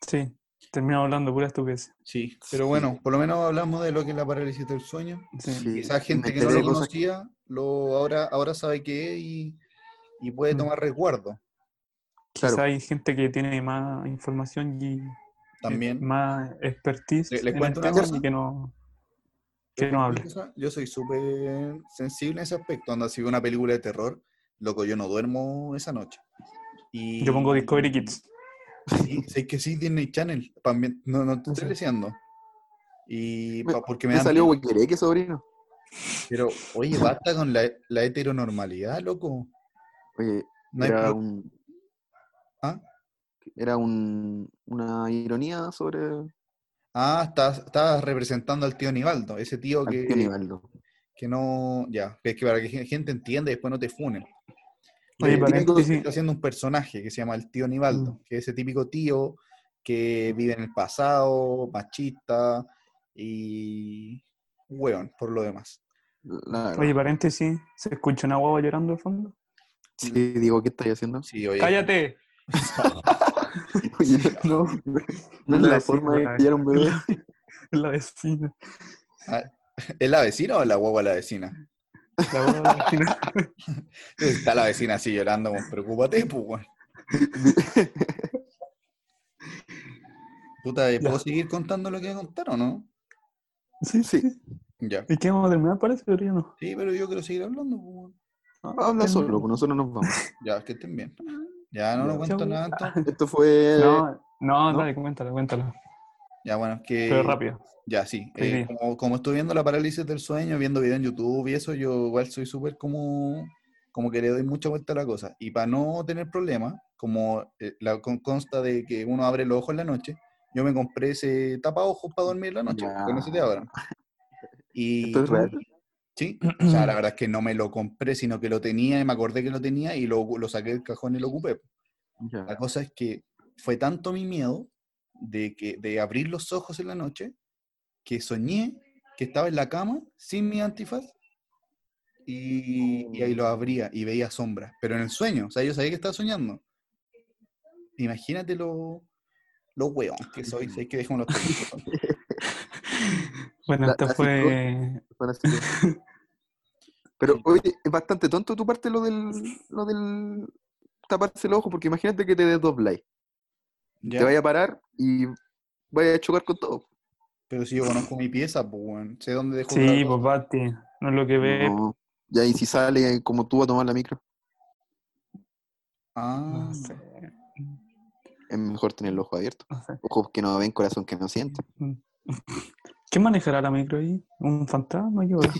Sí, terminamos hablando pura estupidez. Sí, pero bueno, por lo menos hablamos de lo que es la parálisis del sueño. Sí. Quizás gente me que no enteré lo de cosas conocía, lo, ahora, ahora sabe qué es y, y puede Mm. tomar resguardo Claro. Quizá hay gente que tiene más información y también. más expertise ¿Le- le en el cuento una tema cosa? y que no, que no hable. Yo soy súper sensible en ese aspecto. Anda, si veo una película de terror, loco, yo no duermo esa noche. Y, Yo pongo Discovery Kids. Sí, sé que sí, Disney Channel. pa' ambien- no, no te estoy deseando. Y Me- pa- porque me Me dan salió miedo. Huequereque, sobrino. Pero, oye, basta con la, la heteronormalidad, loco. Oye, No hay era pro- un, ¿Ah? era un, una ironía sobre Ah, estás, estás representando al tío Nivaldo, ese tío que, Antonio Nivaldo. que no. Ya, que, que para que gen- gente entienda y después no te funen. Oye, El paréntesis. típico que está haciendo un personaje que se llama el tío Nivaldo, Mm. que es ese típico tío que vive en el pasado, machista y. hueón, por lo demás. La verdad. Oye, paréntesis, ¿se escucha una guagua llorando al fondo? sí, digo, ¿qué estáis haciendo? Sí, oye. ¡Cállate! [laughs] Oye, no, no es la La forma vecina. de pillar un bebé. La vecina. [laughs] ¿Es la vecina o la guagua la vecina? La guagua de la [laughs] vecina. Está la vecina así llorando, pues, preocúpate, pues, [laughs] weón. Puta, Ya. ¿eh, ¿puedo seguir contando lo que voy a contar o no? Sí, Sí. sí. Ya. ¿Y qué vamos a terminar? Parece que ya no. Sí, pero yo quiero seguir hablando, pues, weón. Ah, Habla [laughs] termina. solo, pues nosotros nos vamos. Ya, que estén bien. Ya, no lo Ya. cuento Chau. nada, [laughs] entonces. Esto fue. No, no, ¿No? dale, cuéntalo, cuéntalo. Ya, bueno, que. Pero rápido. Ya, sí. Sí, eh, sí. como, como estoy viendo la parálisis del sueño, viendo video en YouTube y eso, yo igual soy súper como, como que le doy mucha vuelta a la cosa. Y para no tener problemas, como eh, la, con, consta de que uno abre los ojos en la noche, yo me compré ese tapaojos para dormir en la noche, que no se te abran. Y, Esto es real. [clears throat] Sí, o sea, la verdad es que no me lo compré, sino que lo tenía y me acordé que lo tenía y lo, lo saqué del cajón y lo ocupé. Ya. La cosa es que fue tanto mi miedo de, que, de abrir los ojos en la noche que soñé que estaba en la cama sin mi antifaz y, y ahí lo abría y veía sombras, pero en el sueño, o sea, yo sabía que estaba soñando. Imagínate lo, lo hueón que soy, sé que dejamos los [laughs] Bueno, La- esta la fue. Bueno, así [laughs] que- este Pero oye, es bastante tonto tu parte lo del, lo del taparse el ojo, porque imagínate que te desdobláis. Te vaya a parar y vaya a chocar con todo. Pero si yo conozco mi pieza, pues, weón, sé dónde dejo cada Sí, cosa. pues Bati, no es lo que ves. No. Ya, y si sale como tú a tomar la micro. Ah, No sé. es mejor tener los ojos abiertos. No sé. Mm. Ojos que no ven, corazón que no siente. [laughs] ¿Quién manejará la micro ahí? ¿Un fantasma? [laughs] Yo creo.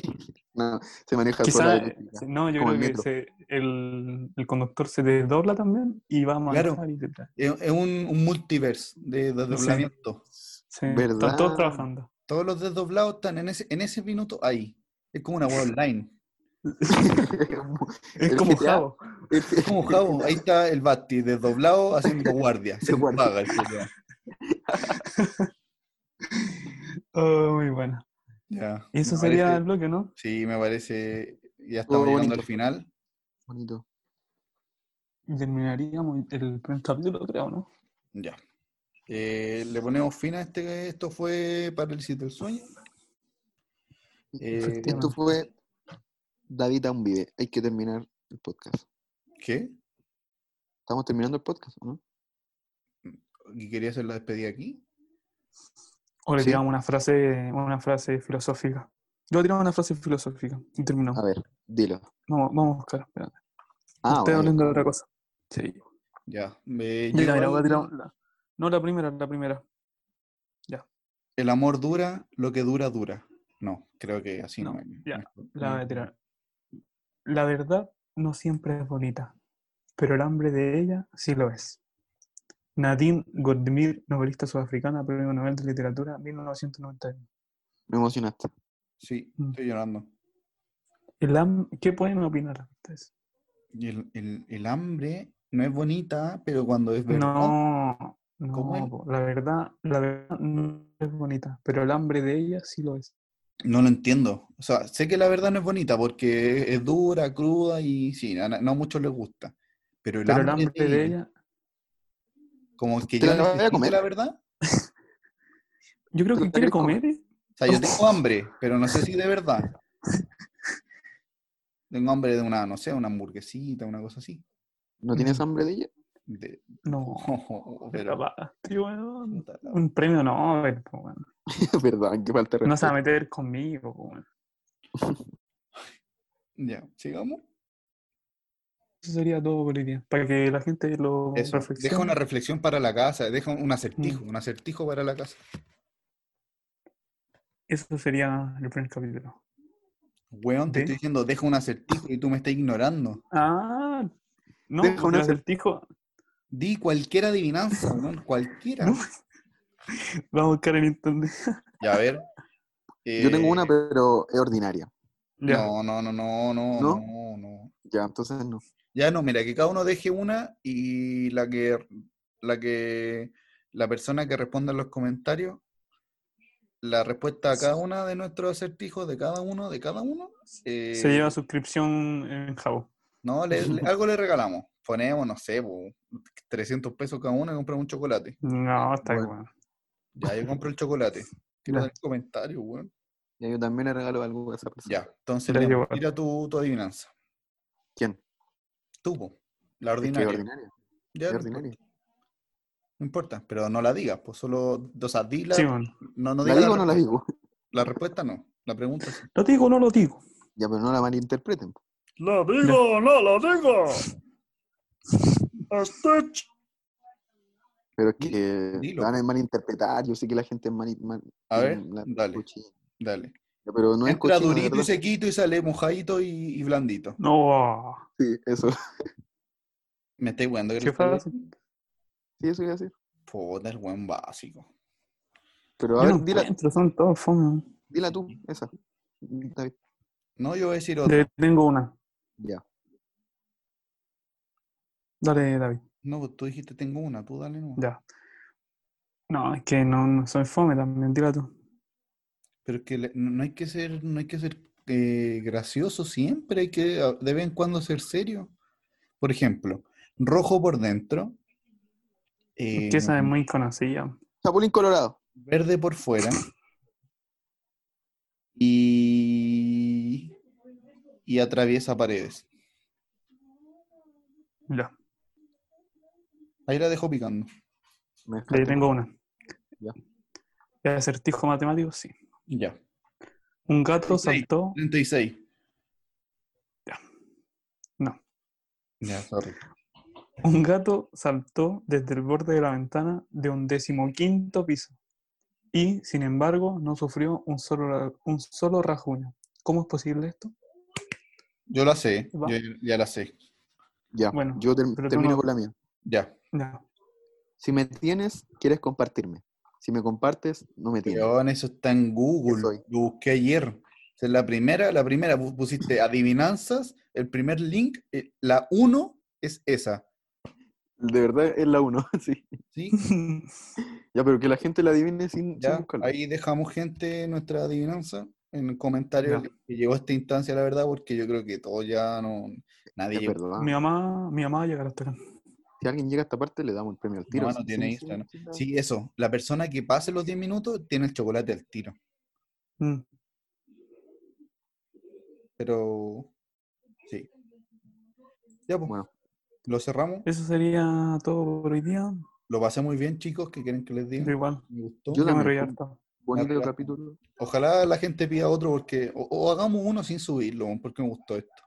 No, se maneja sola Quizá, [laughs] la electricidad. no, yo como creo el que metro. se- el, el conductor se desdobla también y va a manejar Claro. y te trae. Es, es un, un multiverse de desdoblamiento. Sí, ¿Verdad? Están todos trabajando. Todos los desdoblados están en ese, en ese minuto ahí. Es como una [laughs] web online. Es El como GTA. Javo. Es como Javo, ahí está el Basti desdoblado haciendo [laughs] guardia. Se Guardia. paga el culiao. Oh, muy bueno. Ya. Y eso este me sería parece- el bloque, ¿no? Sí, me parece. Ya estamos Todo llegando bonito. al final. [laughs] Bonito. Y terminaríamos el primer capítulo, creo, ¿no? Ya. Eh, le ponemos fin a este. Esto fue Parálisis del Sueño. Eh, Efectivamente. Esto fue David aún vive. Hay que terminar el podcast. ¿Qué? Estamos terminando el podcast, ¿o ¿no? ¿Y quería hacer la despedida aquí? O le Sí. tiramos una frase, una frase filosófica. Yo tiramos una frase filosófica y terminamos. A ver, dilo. Vamos, vamos a buscar. espérate. Ah, Ustedes bueno. hablando de otra cosa. Sí. Ya. Me- Mira, yo- mira, voy a tirar la- No la primera, la primera. El amor dura, lo que dura, dura. No, creo que así no. No, es- ya, no es- La voy no. a Mm. tirar. La verdad no siempre es bonita, pero el hambre de ella sí lo es. Nadine Godmir, novelista sudafricana, premio Nobel de Literatura, 1991. Me emocionaste. Sí, Mm. estoy llorando. El ham- ¿Qué pueden opinar respecto a eso? Y el, el- el hambre no es bonita, pero cuando es verdad. No, no, ¿Cómo es? po, la verdad, la verdad no es bonita, pero el hambre de ella sí lo es. No lo entiendo. O sea, sé que la verdad no es bonita porque es- es dura, cruda y sí, a, na- no a muchos les gusta. Pero el, pero hambre, de ella, como que ¿Te yo la voy a necesito comer? la verdad. Yo creo ¿Te que lo quiere querés comer? comer. ¿eh? O sea, yo [laughs] tengo hambre, pero no sé si de verdad. Tengo hambre de una, no sé, una hamburguesita, una cosa así. ¿No tienes Mm. hambre de ella? [laughs] De- [laughs] No, [laughs] pero- tapaste, weón. puta la- Un premio Nobel, po, weón. ¿Verdad? ¿Qué falta de No se va a respeto. meter conmigo, po, weón. Ya, sigamos. Eso sería todo por hoy día. Para que la gente lo Eso, reflexione. Deja una reflexión Mm. para la casa, deja un acertijo, un acertijo para la casa. Eso sería el primer capítulo. Weón, te ¿De? estoy diciendo, deja un acertijo y tú me estás ignorando. Ah, no, Deja porque una el acertijo. Di cualquier adivinanza, weón, cualquiera. No. Vamos a buscar en internet. Ya, a ver. Yo tengo una, Eh, pero es ordinaria. Ya. No, no, no, no, no, ¿No? no, no. Ya, entonces no. Ya no, mira, que cada uno deje una y la que la que la persona que responda en los comentarios la respuesta a cada una de nuestros acertijos, de cada uno, de cada uno, Se eh, lleva suscripción en Jabo. No, [laughs] le- le- algo le regalamos. Ponemos, no sé, po, 300 pesos cada uno y compramos un chocolate. No, está Bueno. igual. Ya, yo compro el chocolate. Quiero Ya. dar comentario, weón. Ya, yo también le regalo algo a esa persona. Ya, entonces, Ya, León, igual. tira tu, tu adivinanza. ¿Quién? Tú, po, la Es que es ordinaria. ordinaria. Ya, Es no ordinaria. No importa, pero no la digas, pues solo, o sea, dila, Sí, bueno. no, no ¿La digas digo o no la respuesta. digo? [laughs] La respuesta no, la [laughs] pregunta sí. Lo digo o no lo digo. Ya, pero no la malinterpreten. po. Lo digo, no lo digo. Stitch. Pero es Di- que dilo, la van a malinterpretar. Yo sé que la gente es mani- man- A ver, la- dale. cochina. Dale. Ya, Pero no es Entra cochina, de durito y verdad. sequito y sale mojadito y, y blandito. No. Sí, eso. [laughs] Me estoy weando. ¿Qué frase? Sí, eso iba a decir. Puta, el buen básico. Pero a Yo no ver, dila, encuentro, son todos fome. dila tú, esa. David, No, yo voy a decir otra. Le tengo una. ya. Dale, David. No, pues tú dijiste tengo una, tú dale no. Ya. No, es que no, no soy fome también, tira tú. Pero es que le- no no hay que ser, no hay que ser eh, gracioso siempre, hay que a- de vez en cuando ser serio. Por ejemplo, rojo por dentro, Es que esa eh, es muy conocida. Chapulín Colorado. verde por fuera y, y atraviesa paredes. Ya, Ahí la dejo picando. Me le dejaste- tengo una. Ya. ¿El acertijo matemático? Sí. Ya. Un gato Sí, sí. saltó. 36. Ya. No. Ya, sorry. Un gato saltó desde el borde de la ventana de un decimoquinto piso y, sin embargo, no sufrió un solo, ra- un solo rajuño. ¿Cómo es posible esto? Yo la sé, Va. yo ya la sé. Ya, Bueno, yo ter- pero tú termino no- con la mía. Ya. Ah. Ya. Si me tienes, quieres compartirme. Si me compartes, no me tienes. Pero eso está en Google. ¿Qué soy? Lo busqué ayer. Esa es la primera, la primera pu- pusiste adivinanzas, el primer link, eh, la 1 es esa. De verdad es la uno, [laughs] sí. ¿sí? Ya, pero que la gente la adivine sin, sin Ya, buscarla. ahí dejamos gente nuestra adivinanza en comentarios Ya. que llegó a esta instancia, la verdad, porque yo creo que todo ya no. Nadie Es pues, llegó. verdad. mi, mamá, mi mamá va a llegar hasta acá. Si alguien llega a esta parte, le damos el premio al tiro. no sin- tiene sin- Instagram. sin- sin- Sí, eso. La persona que pase los 10 minutos tiene el chocolate al tiro. Mm. Pero. Sí. Ya, pues. Bueno. Lo cerramos. Eso sería todo por hoy día. Lo pasé muy bien, chicos. ¿Qué quieren que les Yo diga? igual, Me gustó. Yo yo me también, reí pues. harto. Bonito Claro. capítulo. [laughs] Ojalá la gente pida otro porque. O, o hagamos uno sin subirlo, porque me gustó esto.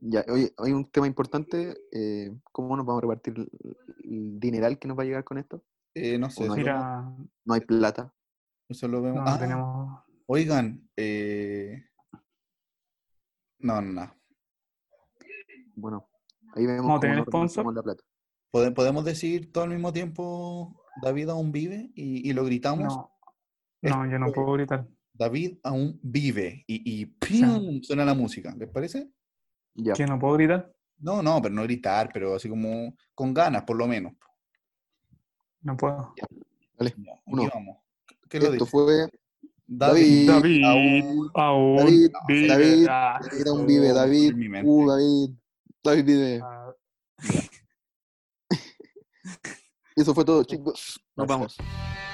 Ya, oye, hay un tema importante. eh, ¿Cómo nos vamos a repartir el, el dineral que nos va a llegar con esto? Eh, no sé. Uno Eso, lo- Mira, No hay plata. eso lo vemos. no Ah, tenemos. Oigan, eh... no, no, no. Bueno, ahí vemos ¿Vamos a cómo tener nos sponsor? repartimos la plata. Pode- podemos decir todo al mismo tiempo, David aún vive y, y lo gritamos, No, no, yo no Esto- puedo gritar. David aún vive y, y ¡pium! suena la música, ¿les parece? Ya, ¿Que no puedo gritar? No, no, pero no gritar, pero así como con ganas, por lo menos. No puedo. Ya, aquí Uno. vamos. ¿Qué lo esto dice? fue David, David, aún- aún David, vive. David, Ah, David aún vive, Oh, David, en mi mente. uh, David, David vive. ah. Eso fue todo, chicos. Nos Gracias. vamos.